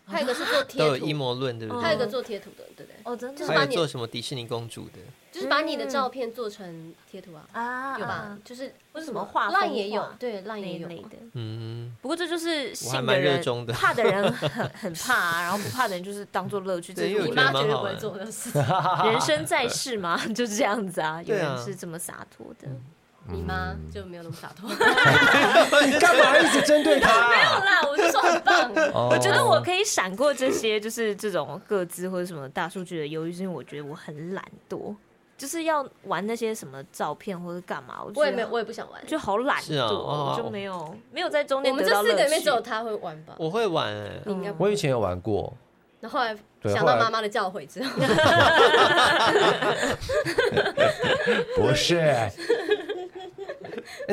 C: 还有一个是做贴
A: 都有
C: 图
A: 阴，谋论，对不
D: 嗯
C: 还有一
A: 对？
C: 个做贴图的，对不对？
D: 哦，真
C: 就是
D: 的
A: 还
C: 把
A: 有
C: 你
A: 做什么迪士尼公主的？
C: 就是把你的照片做成贴图啊，
D: 啊，
C: 有吧？就是
D: 为什么画风
C: 烂也有
D: 化，
C: 对，烂
D: 那
C: 也
D: 一
C: 有
D: 类的。
A: 嗯，
D: 不过这就是
A: 我还
D: 信的
A: 蛮热
D: 人
A: 衷的。
D: 怕的人很很怕啊，然后不怕的人就是当做乐趣。这
A: 对因为
D: 是
A: 我
C: 你
A: 觉
D: 我
A: 得
C: 妈
A: 蛮
C: 绝
A: 好玩
C: 对不会做的事情。
D: [LAUGHS] 人生在世嘛，就这样子啊。有
A: 对啊
D: 人是这么洒脱的，
B: 嗯
C: 你妈就没有那么洒
B: [LAUGHS]
C: 脱。
B: 你干嘛一直针对
D: [LAUGHS]
B: 他？啊哦
C: 好啦，我就说很棒。
B: 我
D: 我觉得
A: 哦
D: 我可以闪过这些，就是这种各自或者什么大数据的忧郁，是因为我觉得我很懒惰，就是要玩那些什么照片或者干嘛，我就
C: 我也
D: 觉
C: 没
D: 得
C: 有，我也不想玩。
D: 就好懒
A: 是
D: 惰，
A: 啊哦
D: 我就没有没有在中
C: 我
D: 间
C: 们
D: 得
C: 这
D: 到
C: 四
D: 乐
C: 个里面
D: 趣
C: 只。有他会玩吧？
A: [LAUGHS] 我会玩、欸，
C: 你应该不
B: 我
C: 会。
B: 以前有玩过，
C: 然后后来
B: 对
C: 想
B: 后
C: 到
B: 来
C: 妈妈的教诲之 [LAUGHS] 后，
B: 不是。哎，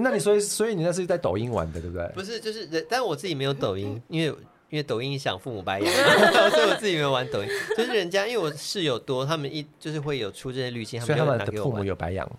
B: 那你所以所以你那是在抖音玩的，对不对？
A: 不是就是人，但我自己没有抖音，因为因为抖音影响父母白
D: [LAUGHS]
A: 眼，所以我自己没有玩抖音。就是人家因为我室友多，他们一就是会有出这些滤镜，
B: 所以
A: 们
B: 他
A: 就
B: 们
A: 拿
B: 的
A: 给
B: 父
A: 我
B: 母
A: 玩。
B: 有哦白养，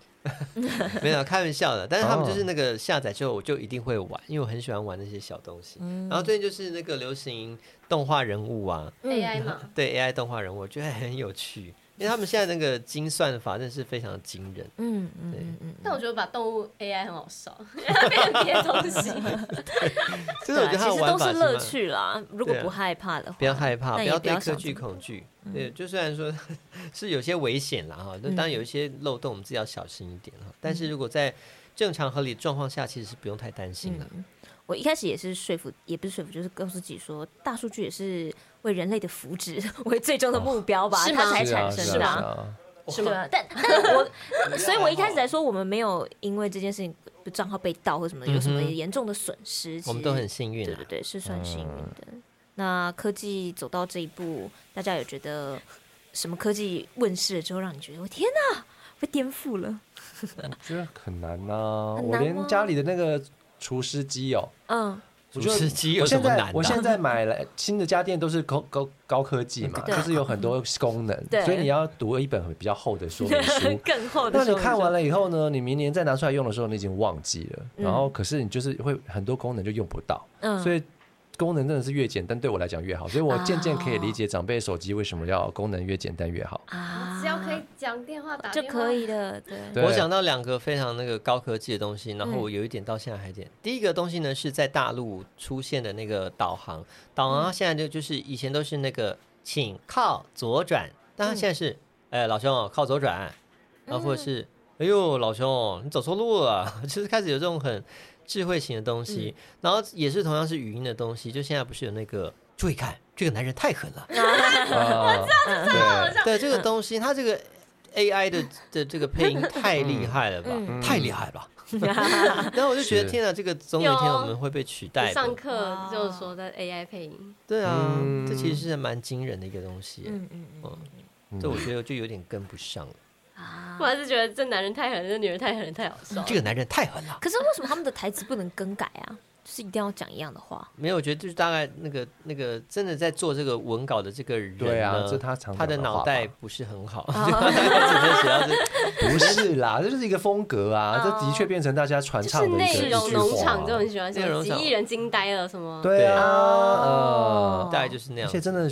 A: 没有开玩笑的，但是他们就是那个下载之后，我就一定会玩，因为我很喜欢玩那些小东西。
D: 嗯
A: 然后最近就是那个流行动画人物啊，
C: AI [LAUGHS] 嘛，
A: 对 AI 动画人物，我觉得很有趣，因为他们现在那个精算法真的是非常的惊人。
D: 嗯嗯嗯嗯，
C: 但我觉得把动物 AI 很好笑， [LAUGHS] 因为它变成别的东 [LAUGHS] 西。
A: 就是我觉得
D: 对
A: 它
D: 啊
A: 的
D: 其实
A: 玩
D: 都
A: 法
D: 是
A: 是蛮
D: 乐趣啦。如果
A: 对啊
D: 不害怕的话，
A: 不要害怕，
D: 但
A: 不
D: 也
A: 要
D: 不要
A: 对科
D: 想
A: 技
D: 这么嗯
A: 恐惧。对，就虽然说 [LAUGHS] 是有些危险啦哈，那当然有一些漏洞，我们自己要小心一点哈。但
D: 嗯
A: 是如果在正常合理状况下，其实是不用太担心的。
D: 我一开始也是说服，也不是说服，就是告诉自己说，大数据也是为人类的福祉 [LAUGHS] 为最
A: 哦
D: 终的目标吧，
C: 是吗
D: 它才
B: 是啊
D: 产生
B: 是
D: 的啊。
B: 啊。
C: 是
D: 对
C: 吗？
D: 啊，但但我，嗯所以我一
A: 啊
D: 开始来说，我们没有因为这件事情账号被盗或什么的有什么
A: 嗯哼
D: 严重的损失，
A: 我们
D: 其实
A: 都很幸运
D: 对
A: 啊嗯
D: 对，对，是算幸运的。那科技走到这一步，大家有觉得什么科技问世了之后，让你觉得我天哪，被颠覆了？
B: 觉得很难呐、
D: 很
B: 我
D: 难
B: 连
D: 吗
B: 家里的那个厨师机哦，
D: [LAUGHS] 嗯，
A: 主
B: 我觉得
A: 持 [LAUGHS] 机有
B: 我
A: 什
B: 现
A: 么
B: 在
A: 难
B: 我现
A: 的？
B: 在买了新的家电都是高高高科技嘛，
D: 对
B: 就是有很多功能
D: 对，。
B: 所以你要读一本比较厚的
C: [LAUGHS]
B: 说明书
D: 更厚的
B: 那
D: 说
B: 你
D: 明
B: 看
D: 书
B: 完了以后呢？你明年再拿出来用的时候，你已经忘记了。
D: 嗯
B: 然后，可是你就是会很多功能就用不到，
D: 嗯
B: 所以功能真的是越简单对我来讲越好。所以我渐渐可以理解长辈手机为什么要功能越简单越好。
D: 啊
C: 只要可以讲电话打
D: 就
C: 电话
D: 可以的，对， [LAUGHS]
B: 对
A: 我想到两个非常那个高科技的东西，然后
D: 嗯
A: 我有一点到现在还点。第一个东西呢是在大陆出现的那个导航，导航它现在就就是以前都是那个请靠左转，但它现在是，哎、老兄靠左转，然后或者是、哎呦老兄你走错路了， [LAUGHS] 就是开始有这种很智慧型的东西，然后也是同样是语音的东西，就现在不是有那个注意看这个男人太狠了。
D: 嗯
C: 哦 [LAUGHS]
B: 啊，对，
A: 对这个东西，它这个 AI 的的这个配音太厉害了吧，
D: 嗯
A: 太厉害了吧。然后我就觉得
B: 是
A: 天哪，这个总有一天我们会被取代
C: 上
A: 的。
C: 课就说的 AI 配音，
A: 对啊，
B: 嗯
A: 这其实是蛮惊人的一个东西。
D: 嗯嗯
C: [LAUGHS]
D: 嗯
A: 这我觉得就有点跟不上了。
D: 啊
C: 我。还是觉得这男人太狠，这女人太狠，太好笑了。
A: 这个男人太狠
D: [LAUGHS]
A: 了。
D: 可是为什么他们的台词不能更改啊？就是一定要讲一样的话？
A: 没有，我觉得就是大概那个那个真的在做这个文稿的这个人呢，
B: 对啊这他常讲的
A: 的脑
B: 话吧
A: 袋不是很好， [LAUGHS] 就他大概只能写到这。
B: 不是
C: [LAUGHS]
B: 啦，这就是一个风格啊，这的确变成大家传
C: 哦就
B: 唱
C: 是
B: 的一个
C: 内
B: 一
C: 容
B: 句
C: 农场就
B: 话
C: 很。喜欢什
A: 内
C: 么
A: 容
C: 几
A: 场
C: 亿人惊呆了什么，
B: 对啊，
D: 哦
B: 呃，
A: 大概就是那样
B: 而
A: 子。
B: 且真的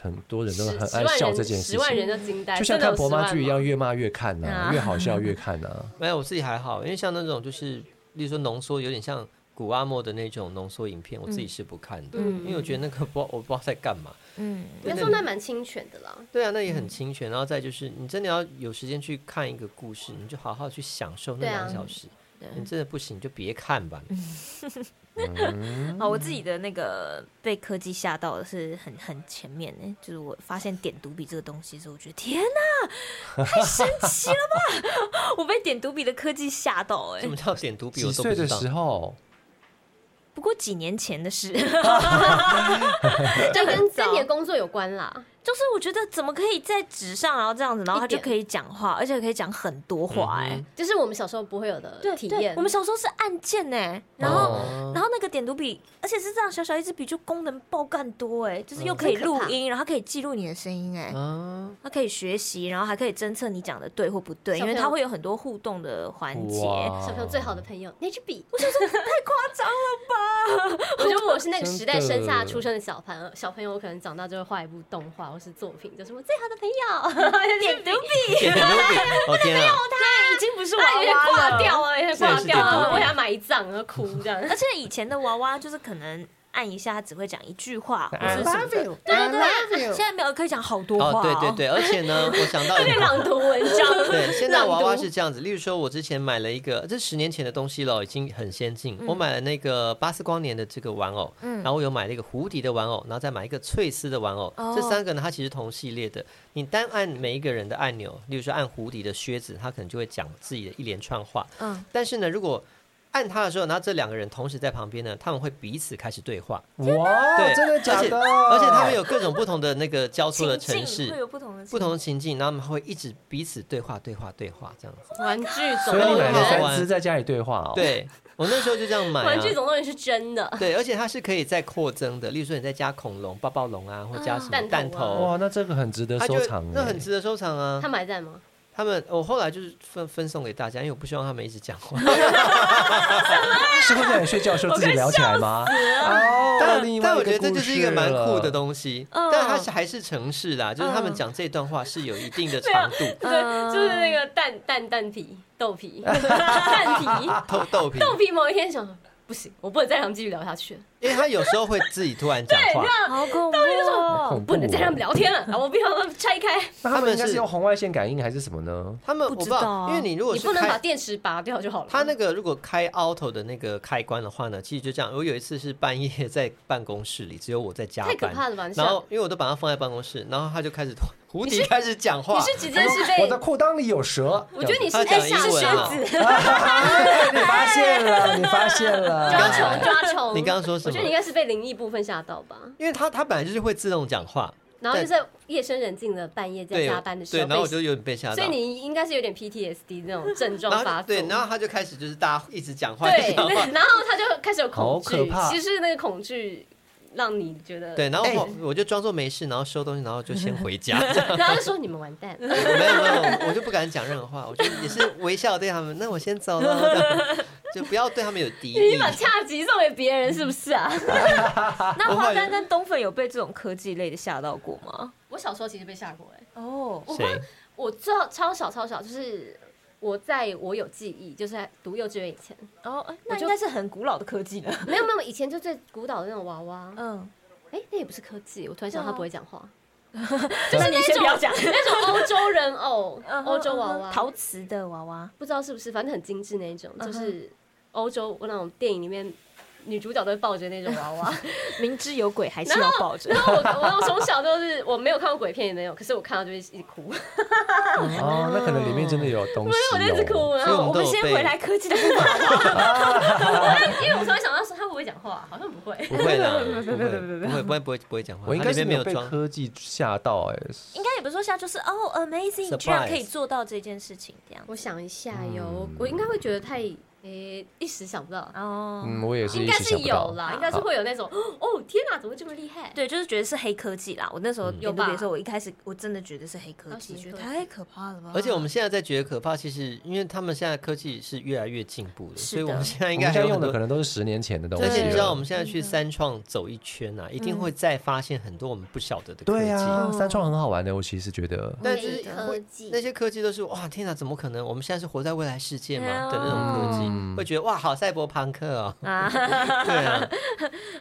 B: 很多人都
C: 十
B: 很
C: 十
B: 爱
C: 万
B: 笑
C: 人
B: 这件事
C: 十万
B: 情，
C: 人就惊呆，
B: 就像
C: 真的
B: 看
C: 有
B: 婆妈
C: 10
B: 剧一
C: 万
B: 样，
C: 吗。
B: 越骂越看呐、
D: 啊
B: 越好笑越看
A: [LAUGHS]
B: 呐、啊。
A: 没有，我自己还好，因为像那种就是，例如说浓缩，有点像古阿莫的那种浓缩影片，我自己是不看的，
C: 嗯
A: 因为我觉得那个不知道 [LAUGHS] 我不知道在干嘛。
D: 嗯，
A: 对
C: 人家说那蛮侵权的 [COUGHS] 啦，
A: 对啊，那也很侵权。然后再就是，你真的要有时间去看一个故事，你就好好去享受那
C: 对啊
A: 两小时。
D: 对
A: 你真的不行，你就别看吧。
D: 好，哦我
C: 嗯
D: 自己的那个被科技吓到的是很很前面呢、就是我发现点读笔这个东西的时候，我觉得天哪、太神奇了吧！ [LAUGHS] 我被点读笔的科技吓到哎、
A: 什么叫点读笔？
B: 几
A: 我都不
B: 岁的
A: 知道。哦
B: 时候，
D: 不过几年前
C: [LAUGHS]
D: 的事， [LAUGHS]
C: 就跟跟
D: 早
C: 你的工作有关啦。
D: 就是我觉得怎么可以在纸上，然后这样子，然后他
C: 一
D: 就
C: 点
D: 可以讲话，而且可以讲很多话哎、
A: 嗯
C: 就是我们小时候不会有的
D: 对
C: 体
D: 对
C: 验，
D: 我们小时候是按键呢、然后、
A: 哦
D: [LAUGHS] 然后那个点读笔，而且是这样小小一支笔，就功能爆干多哎、就是又可以
C: 真嗯可
D: 录
C: 怕
D: 音，然后可以记录你的声音哎、
A: 啊，
D: 它可以学习，然后还可以侦测你讲的对或不对，
C: 小朋
D: 因为
C: 友
D: 它会有很多互动的环节。
B: 哇
C: 小朋友最好的朋友那支笔，我
D: 夸张
C: [LAUGHS]
D: 了，
C: 我觉得我是那个时代
B: 真的
C: 生下出生的小朋友，小朋友我可能长大就会画一部动画或是作品，就是我最好的 [LAUGHS] 朋友，
D: 点读笔
A: 点读笔，我、天啊！
D: 已经不是娃
C: 他有点
D: 娃
C: 挂
D: 了。
C: 掉了，有点挂
A: 这
C: 掉
A: 也是点读
C: 了，
A: 笔
C: [LAUGHS] 我想埋葬，然后哭这样。
D: 而且以前的娃娃就是可能按一下，它只会讲一句话，或
B: 那
D: 是
B: I
D: 什么
B: love
D: 的。
B: you，
D: 对
B: I
D: 对啊
B: love
D: 对，
B: you
D: 现。在没有可以讲好多话
A: 嗯哦，对对对，而且呢，我想到一
D: 对，
A: 个。
D: 朗读文章。 [LAUGHS]
A: 对，现在
D: 朗
A: 娃娃
D: 读
A: 是这样子。例如说，我之前买了一个，这十年前的东西了，已经很先进。我
D: 嗯
A: 买了那个巴斯光年的这个玩偶，然后我有买了一个蝴蝶的玩偶，然后再买一个翠丝的玩偶。
D: 哦
A: 这三个呢，它其实同系列的。你单按每一个人的按钮，例如说按蝴蝶的靴子，它可能就会讲自己的一连串话。
D: 嗯，
A: 但是呢，如果按它的时候，然后这两个人同时在旁边呢，他们会彼此开始对话。
B: 哇，
A: 对，
B: 真的假
A: 而且
B: 的？
A: 而且他们有各种不同的那个交错
D: 情
A: 的
D: 境
A: 城市
D: 会。有不同的情
A: 不同的情境，然后他们会一直彼此对话、对话、对话这样子。
C: 玩具总
B: 所以你
C: 动
B: 买了
A: 好
C: 员，
A: 玩
B: 三只在家里对话哦。，
A: 对我那时候就这样买、啊。
C: 玩具总动员是真的，
A: 对，而且它是可以再扩增的，例如说你再加恐龙、抱抱龙啊，或加什么
C: 啊
A: 弹
C: 弹头
A: 头，
B: 哇，那这个很值得
A: 它就
B: 收
A: 会
B: 藏欸。
A: 那很值得收藏啊
C: 他。们还在吗？
A: 他们我后来就是分分送给大家，因为我不希望他们一直讲
B: [LAUGHS]
A: 话。
B: [LAUGHS] 是会在你睡觉的时候自己聊起来吗？哦
A: 但
B: 另外
A: 但
B: 一
A: 我
B: 个
A: 觉得这就是一个
B: 故事
A: 蛮酷的
B: 了
A: 东西，
D: 嗯
A: 但它是还是城市啦，就是
C: 嗯
A: 他们讲这段话是有一定的
C: 啊
A: 长度，
C: [LAUGHS]
D: 嗯
C: 对，就是那个蛋蛋蛋皮豆皮 [LAUGHS] 蛋皮
A: 豆豆皮，
C: 豆皮，某一天想不行，我不能再让他们继续聊下去了，
A: 因为他有时候会自己突然讲话，
D: 好恐怖哦！
B: 恐怖
C: 不能再让他们
B: 哦。
A: [LAUGHS]
C: 聊天了，啊然后我不想让他们拆开，
B: 那
A: 他
B: 他
A: 们
B: 们应该
A: 是
B: 是用红外线感应还是什么呢？
A: 他们我
D: 不
A: 不知
D: 知道
A: 道，
D: 啊
A: 因为你如果
C: 你
A: 是
C: 不能
A: 开
C: 把电池拔掉就好了。
A: 他那个如果开 auto 的那个开关的话呢，其实就这样。我有一次是半夜在办公室里，只有我在加班，
C: 太可怕了吧你
A: 然后因为我都把它放在办公室，然后他就开始 [LAUGHS] 胡迪开始讲话
C: 你，是直接是
B: 我
C: 被
B: 的，裤裆里有蛇。
C: 我觉得你
A: 他
C: 是
A: 讲
C: 在
A: 英
C: 下
A: 文
C: 靴
A: 啊
C: 子。
A: [LAUGHS]
B: 哎你发现了，你发现
A: [LAUGHS]
C: 抓
A: 刚才
B: 了。
C: 虫抓虫。
A: 你刚刚说什么
C: 我觉得你应该是被灵异部分吓到吧。
A: 因为他他本来就是会自动讲话，
C: 然后就
A: 但
C: 在夜深人静的半夜在
A: 对
C: 加班的时
A: 对，
C: 候被，
A: 然后我就有点被吓到，
C: 所以你应该是有点 PTSD 那种症状
A: 然后
C: 发
A: 就
C: 作。
A: 对，然后他就开始就是大家一直讲话，一直
C: [LAUGHS] 对
A: 讲话，
C: 然后他就开始有恐
B: 好可
C: 惧
B: 怕，
C: 其实那个恐惧让你觉得 [LAUGHS]
A: 对，然后
B: 哎
A: 我我就装作没事，然后收东西，然后就先回家。这样
C: 然后就说你们完蛋，
A: 没有没有，我就不敢讲任何话，我就也是微笑对他们，那我先走了，这样就不要对他们有敌
C: [LAUGHS] [LAUGHS] 你
A: 意。
C: 把恰吉送给别人是不是啊？
D: 那花丹跟东粉有被这种科技类的吓到过吗？
C: [LAUGHS] 我小时候其实被吓过哎，
D: 哦，
A: 谁？
C: 我知道超小超小，就是我在我有记忆，就是在读幼稚园以前，
D: 然后哦哎那应该是很古老的科技了。
C: 没有没有，以前就最古老的那种娃 [LAUGHS] 娃，
D: [LAUGHS] 嗯，
C: 哎，那也不是科技，我突然想
D: 对啊
C: 他不会讲 [LAUGHS] 话，[LAUGHS]
D: 那嗯你 [LAUGHS] 先不要讲。
C: 那种欧洲人 [LAUGHS] 偶，欧洲娃娃，
D: 嗯陶瓷的娃娃，
C: 不知道是不是，反正很精致那一种，
D: 嗯哼
C: 就是欧洲那种电影里面女主角都会抱着那种娃娃。
D: 明知有鬼还是要抱着
C: 然。后我我我从小都是我没有看过鬼片也没有，可是我看到就会一直哭，
B: 哦，那可能里面真的有东西
C: [LAUGHS] 我就一直
B: 哦。
C: 哭。然
A: 所以
C: 后
A: 我
D: 我们先回来科技的部
A: [LAUGHS]
D: 分。
C: 因为我突然想到说他会不会讲话，好像不会。
B: 嗯
A: 不会啦，不会，不会，不会，不会，不会讲话。
B: 我应
A: 它
B: 该
A: 里
B: 是
A: 面
B: 没
A: 没
B: 有
A: 有
B: 被
A: 装，
B: 科技吓到哎、
D: 应该也不是说吓，就是哦，amazing，你
A: Surprise
D: 居然可以做到这件事情这样。
C: 我想一下哟，我应该会觉得太诶、一时想不到，
D: 哦，
B: 嗯，我也是
C: 应
B: 一
C: 该
B: 时
C: 是
B: 想不
C: 有
B: 到。啊
C: 啦，应该是会有那种哦天哪，怎么会这么厉害？
D: 对，就是觉得是黑科技啦。我那
A: 嗯
D: 时候
C: 有
D: 研
C: 吧
D: 读的时候，我一开始我真的觉得是黑科
C: 那
D: 技，
C: 是
D: 觉
C: 黑
D: 得
C: 科技
D: 太可怕了吧。
A: 而且我们现在在觉得可怕，其实因为他们现在科技是越来越进步的，
D: 是的
A: 所以我们现在
B: 我
A: 应
B: 们
A: 该
B: 现
A: 还有
B: 在
A: 很
B: 用的可
A: 多。
B: 能都是十年前的东西
A: 而
B: 了。
A: 且你知道，我们现在去三创走一圈啊，一定会再发现很多我们不晓得的科
B: 对
A: 技。
B: 呀、三创很好玩的，我其实觉得。
A: 但就是啊
C: 黑科技
A: 那些科技都是哇，天哪，怎么可能？我们现在是活在未来世界
D: 对
A: 吗？
D: 啊
A: 的那种科技，
B: 嗯
A: 会觉得哇，好赛博朋克哦。
D: [LAUGHS] 啊，
A: 对啊，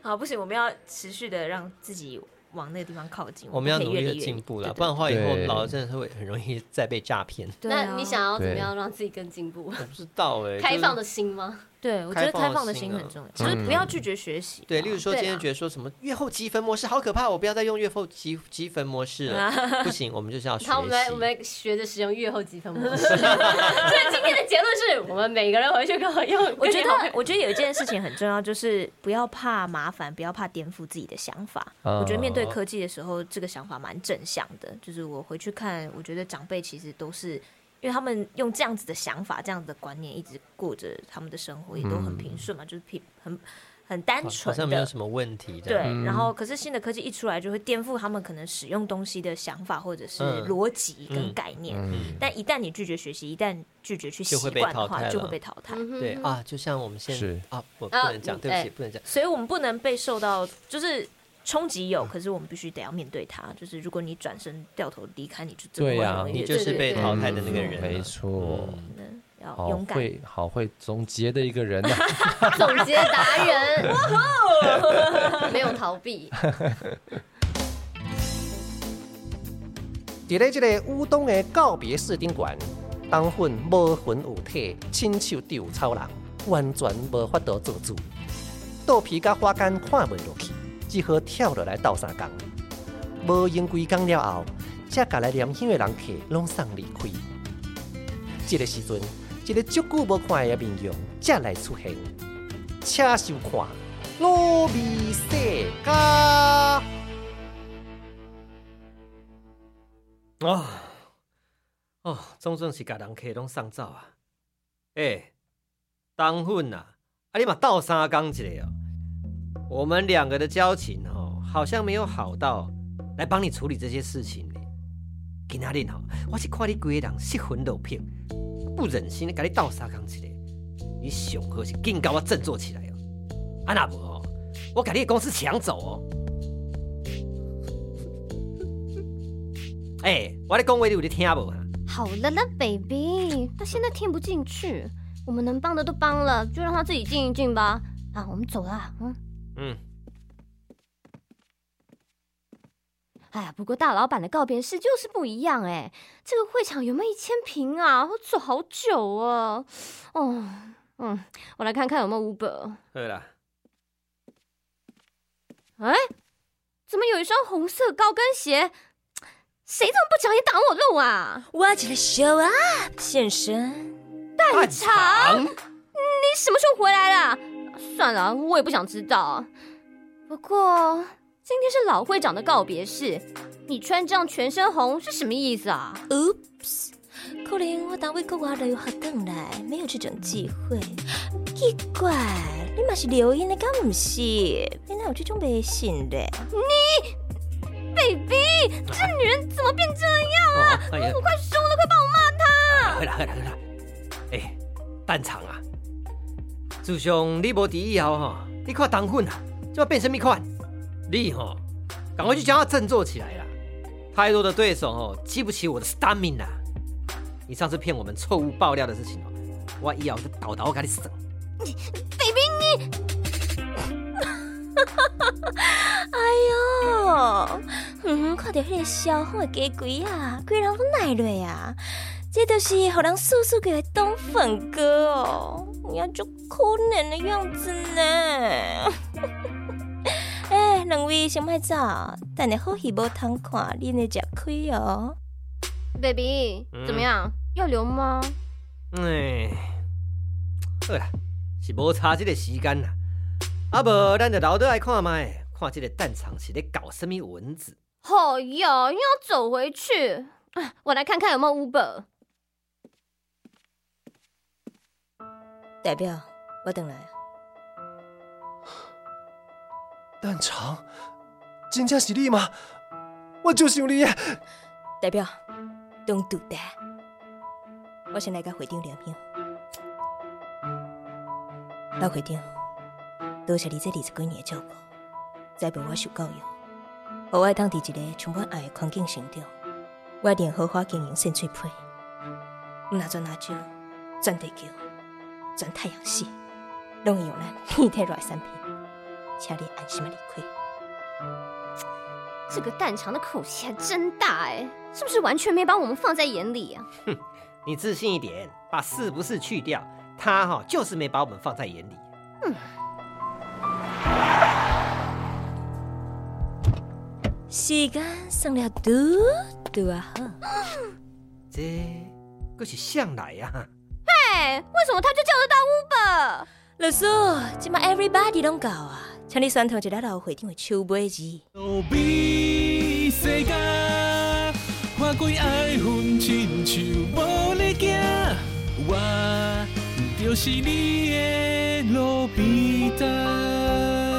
D: 好，不行，我们要持续的让自己往那个地方靠近，
A: 我们
D: 们
A: 要
D: 可以
A: 努
D: 越
A: 力
D: 离
A: 的
D: 越
A: 进
D: 远
A: 步
D: 对
A: 了，
D: 对
A: 不然的话，以后我们
B: 对
A: 老了真的是会很容易再被诈骗。
D: 对啊
C: 那你想要怎么样让自己更进步？
A: 我不知道哎，
C: 开
A: 就是
C: 放的心吗？
D: 对，我觉
A: 开
D: 得
A: 放的
D: 开放的
A: 心
D: 心
A: 啊
D: 很重要，就是不要拒绝学习。
A: 对，例如说
C: 啊对
A: 今天
C: 啦
A: 觉得说什么月后积分模式好可怕，我不要再用月后积积分模式
C: [LAUGHS]
A: 了，不行，我们就是要学习。
C: 好，我们来我们来学着使用月后积分模式。
E: [LAUGHS]
C: 所以今天的结论是我们每个人回去跟我
E: [LAUGHS]
C: 用，
D: 我觉
C: 跟你讨
D: 得，我觉得有一件事情很重要，就是不要怕麻烦，不要怕颠覆自己的想法。
B: 嗯
D: 我觉得面对科技的时候，这个想法蛮正向的。就是我回去看，我觉得长辈其实都是，因为他们用这样子的想法、这样子的观念，一直过着他们的生活，也都很平顺嘛，就是平很很单
A: 嗯好好
D: 纯
A: 像没有
D: 的。
A: 什么问题这
D: 对
A: 样。，嗯
D: 然后可是新的科技一出来，就会颠覆他们可能使用东西的想法，或者是
A: 嗯
D: 逻辑跟
A: 嗯
D: 概念。
B: 嗯，
D: 但一旦你拒绝学习，一旦拒绝去习
A: 就会被
D: 惯的
A: 淘
D: 话，
A: 汰
D: 就
A: 了
D: 会被淘汰。
E: 嗯
C: 论。
A: 对啊，就像我们现
B: 是
A: 啊，我不
C: 嗯啊
A: 能讲，
C: 嗯
A: 对不起，
C: 哎
A: 不能讲。
D: 所以我们不能被受到就是冲击有，可是我们必须得要面对它。就是如果你转身掉头离开，你就真的
B: 对
D: 会
B: 啊
D: 很容易
A: 你
D: 越
A: 就
D: 走
A: 是
D: 越
A: 被
D: 远
A: 淘汰的那个
B: 嗯没
A: 人了。啊
B: 错。
D: 嗯要
A: 哦
B: 好
D: 勇
A: [LAUGHS]
B: 啊
D: 敢。
B: 会好会总结的一个人呐、
C: 总结达人，没有逃避。
F: 伫咧即个乌东的告别式顶悬，当混无魂有体，亲手丢草人，完全无法度做主。肚皮甲花干看袂落去，只好跳落来斗相共。无用几工了后，才甲来念香的人客拢送离开。这个时阵，一个足久无看的面容才来出现，请收看罗密世家。
A: 哦哦，总算是甲人客拢送走啊！诶、当混啊，啊你嘛倒三缸一个哦。我们两个的交情哦，好像没有好到来帮你处理这些事情呢。今仔日哦，我是看你规个人失魂落魄，不忍心甲你倒三缸一个。你上好是紧甲我振作起来哦，啊那无哦，我甲你的公司抢走哦。 [LAUGHS] 哎、我咧讲话你有咧听无啊？
E: 好了了，baby，他现在听不进去，我们能帮的都帮了，就让他自己静一静吧。啊，我们走啦，嗯。
A: 嗯，
E: 哎呀，不过大老板的告别式就是不一样哎，这个会场有没有一千平啊？我走好久哦。哦，嗯，我来看看有没有 Uber。
A: 好啦，
E: 哎，怎么有一双红色高跟鞋？谁这么不讲理挡我路啊？
D: 我起来 show up 现身，
A: 太
E: 长你什么时候回来啦？算了，我也不想知道。不过今天是老会长的告别式，你穿这样全身红是什么意思啊？
D: Oops，可能我单位国外的有活动来，没有这种机会。奇怪，你嘛是留言的，敢不是？你哪有这种迷信的？
E: ，baby，这女人怎么变这样？
A: 哦，哎呀
E: 我，快凶了，快帮我骂她！
A: 回来回来回来，哎、蛋厂啊，自从你无伫以后吼，你看当混啊，就要变什么款？你吼、赶快去将他振作起来啦！啊太多的对手哦，激不起我的 stamina。你上次骗我们错误爆料的事情哦，我以后就倒倒给你省。
D: 哦，哎嗯，看到迄个小红的鸡鬼啊，规人都奶累啊，这就是互人素素给的冬粉哥哦，你要做可怜的样子呢。 [LAUGHS] 哎，两位先莫走，等下好戏无通看，恁会吃亏哦。
E: baby，
A: 嗯
E: 怎么样？要留吗？
A: 哎，好啦，是无差这个时间啦。啊无，咱就留倒来看卖，看这个蛋厂是咧搞什么蚊子。
E: 好哟，又要走回去。啊我来看看有没有 Uber。
D: 代表，我等来啊。
B: 蛋肠，真正是你吗？我就想你，
D: 代表，Don't do that。我先来甲会长聊天。老会长，多谢你这二十几年的照顾，栽培我受教育，互我当伫一个充满爱的环境成长。我连荷花经营圣水批，毋若转阿少，转地球，转太阳系，拢会用咱天体热的产品，请你安心啊离开。
E: 这个蛋肠的口气还真大哎，是不是完全没把我们放在眼里啊？
A: 你自信一点，把是不是去掉，他哈、就是没把我们放在眼里。
D: 时间算了拄拄啊好。
A: 这可是向来呀、啊，
E: 哎，为什么他就叫得到 Uber？
D: 老师，即马 everybody 拢到啊，请你宣传一下老会长的手尾字。
G: 路比世界，看开爱恨，亲像无咧行，我就是你的路比达。